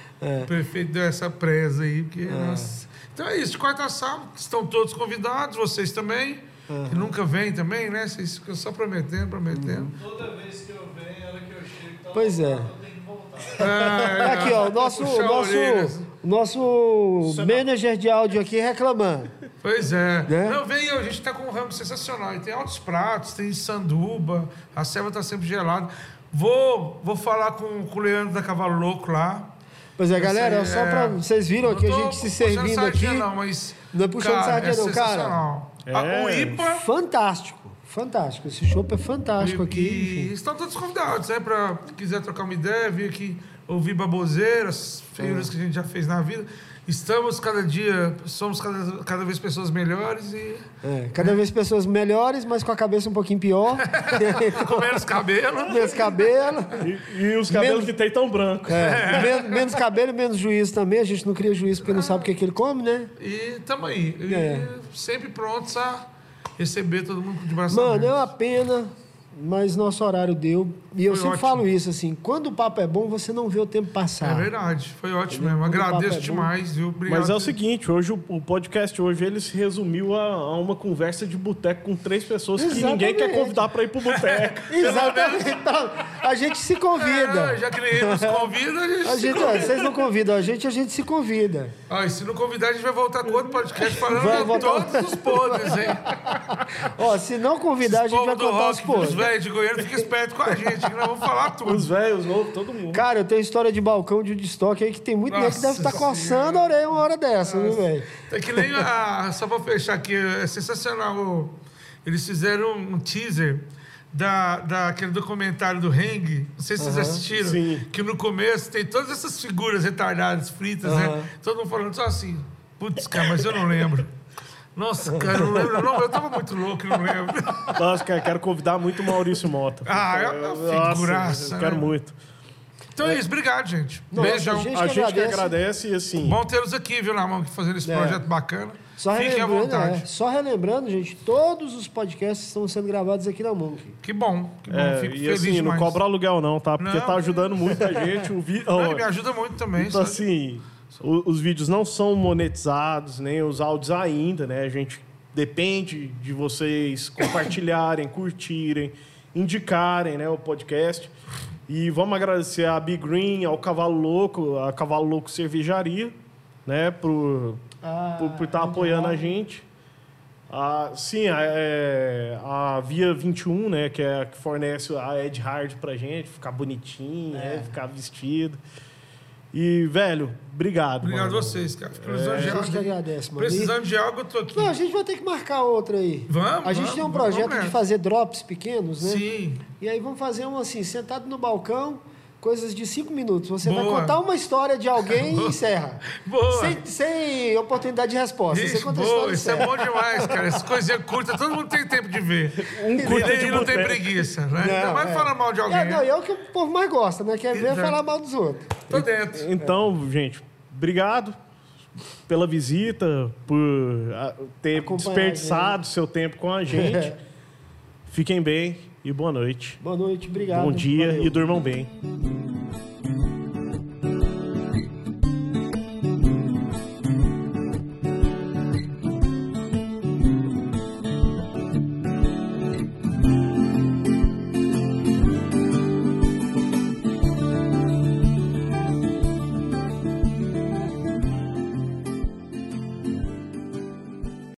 C: É.
B: O prefeito deu essa presa aí, porque. nossa. Então é isso, de quarta a sábado, estão todos convidados, vocês também. Que nunca vêm também, né? Vocês ficam só prometendo, prometendo.
D: Toda vez que eu venho, a hora que eu chego, tá
C: Pois é.
D: lotado, eu tenho que voltar.
B: É,
C: Tá aqui, ó, o nosso,
B: puxar a orelha. é
C: nosso, nosso manager de áudio aqui reclamando.
B: Pois é.
C: Né?
B: Não, vem, a gente tá com um ramo sensacional. E tem altos pratos, tem sanduba, a selva tá sempre gelada. Vou, vou falar com, com o Leandro da Cavalo Louco lá.
C: Pois é, galera,
B: Esse aí
C: só
B: é-
C: pra. Vocês viram aqui a
B: Não tô
C: gente se
B: puxando
C: servindo aqui.
B: sardinha, Não, mas,
C: Não é puxando sardinha, não, cara.
B: sensacional.
A: É.
B: Ah, O IPA.
C: Fantástico, fantástico. Esse chopp é fantástico aqui.
B: E,
C: enfim.
B: estão todos convidados, né? Pra quem quiser trocar uma ideia, vir aqui ouvir baboseiras,
C: É.
B: feiras que a gente já fez na vida. Estamos cada dia, somos cada, cada vez pessoas melhores e
C: É, cada vez pessoas melhores, mas com a cabeça um pouquinho pior. É.
B: com menos cabelo.
C: menos cabelo.
A: E, e os cabelos
C: Menos-
A: que tem tão branco.
C: É, men- menos, cabelo, menos juízo também. A gente não cria juízo porque não sabe o que, é que ele come, né?
B: E tamo aí. E
C: É.
B: sempre prontos a receber todo mundo de braço
C: Mano, é
B: aberto.
C: uma pena, mas nosso horário deu. E eu
B: Foi
C: sempre
B: ótimo.
C: falo isso, assim, quando o papo é bom, você não vê o tempo
B: É
C: passar.
B: verdade, foi ótimo mesmo.
C: Quando o papo é
B: Agradeço
C: bom.
B: demais, viu? Obrigado.
A: Mas é o seguinte, hoje o, o podcast hoje ele se resumiu a, a uma conversa de boteco com três pessoas que ninguém quer
C: Exatamente.
A: convidar pra ir pro boteco.
C: Exatamente. Então, A gente se
B: É,
C: convida.
B: já que ninguém nos convida, a gente.
C: A gente, ó, vocês não convidam a gente, a gente se convida.
B: Ó, e se não convidar, a gente vai voltar com outro podcast
C: Vai
B: falando de
C: voltar.
B: todos os podres, hein?
C: Ó, se não convidar, a gente vai
B: do
C: contar os
B: rock, os
C: podres.
B: velhos de Goiânia, fica esperto com a gente, que nós vamos falar tudo.
A: Os velhos, os novos, todo mundo.
C: Cara, eu tenho história de balcão de estoque aí que tem muito nego que deve
B: Nossa
C: estar coçando a orelha uma hora dessa, né, velho?
B: É que nem a. Só pra fechar aqui, é sensacional. o- Eles fizeram um teaser da, daquele documentário do Hang, não sei se vocês assistiram,
A: sim.
B: que no começo tem todas essas figuras retardadas, fritas, né? Todo mundo falando só assim. Putz, cara, mas eu não lembro. Nossa, cara, eu não lembro. Não, eu tava muito louco, eu não lembro.
A: Nossa, cara, quero convidar muito o Maurício Mota.
B: Ah, é uma
A: Nossa,
B: figuraça,
A: eu quero
B: né?
A: muito.
B: Então é isso, obrigado, gente.
C: Nossa,
B: Beijão.
C: gente.
A: A gente que
C: agradece.
A: agradece e assim.
B: Bom tê-los aqui, viu, Lamão, que fazendo esse
C: É.
B: projeto bacana.
C: Só
B: Fiquem à
A: né?
C: relembrando,
B: vontade.
C: é, só relembrando, gente, todos os podcasts estão sendo gravados aqui na Monk.
B: Que bom, que bom.
A: é,
B: Fico
A: e
B: feliz
A: assim,
B: demais.
A: não cobra aluguel não, tá? Porque
B: Não. é.
A: tá ajudando muita gente. O vi...
B: Não, é
A: ó,
B: ele me ajuda muito também.
A: Então,
B: sabe?
A: assim, o- os vídeos não são monetizados, nem os áudios ainda, né? A gente depende de vocês compartilharem, curtirem, indicarem né, o podcast. E vamos agradecer a Big Green, ao Cavalo Louco, a Cavalo Louco Cervejaria, né? Por
C: Ah,
A: por estar apoiando a gente. Ah, sim, a, é, a Via 21, né? Que é a que fornece a Ed Hard pra gente, ficar bonitinho,
C: É.
A: né, ficar vestido. E, velho, obrigado.
B: Obrigado
A: mano. É.
B: a vocês, cara. Fico precisando
C: A
B: de
C: gente que
B: algo.
C: agradece, mano. E-
B: Precisando de algo, eu tô aqui.
C: Não, a gente vai ter que marcar outra aí.
B: Vamos,
C: A gente
B: vamos,
C: tem um
B: vamos
C: projeto de
B: nessa.
C: fazer drops pequenos, né?
B: Sim.
C: E aí vamos fazer um assim, sentado no balcão, coisas de cinco minutos. Você vai
B: Boa.
C: contar uma história de alguém e encerra.
B: Boa.
C: Sem, sem oportunidade de resposta.
B: Ixi,
C: você conta a
B: boa,
C: história e
B: isso é
C: encerra.
B: bom demais, cara. Essas coisinhas curtas, todo mundo tem tempo de ver. Um
A: curta
B: e
A: de
B: daí não tem
A: boteco.
B: preguiça, né? Ainda mais
C: é.
B: falar mal de alguém. né?
C: É, não, e é o que o povo mais gosta, né? Quer ver
B: Exato.
C: falar mal dos outros.
B: Tô dentro.
A: Então, gente, obrigado pela visita, por ah, ter
C: Acompanhar
A: desperdiçado seu tempo com a gente. Fiquem bem e boa noite.
C: Boa noite, obrigado.
A: Bom dia
C: Valeu.
A: e durmam bem.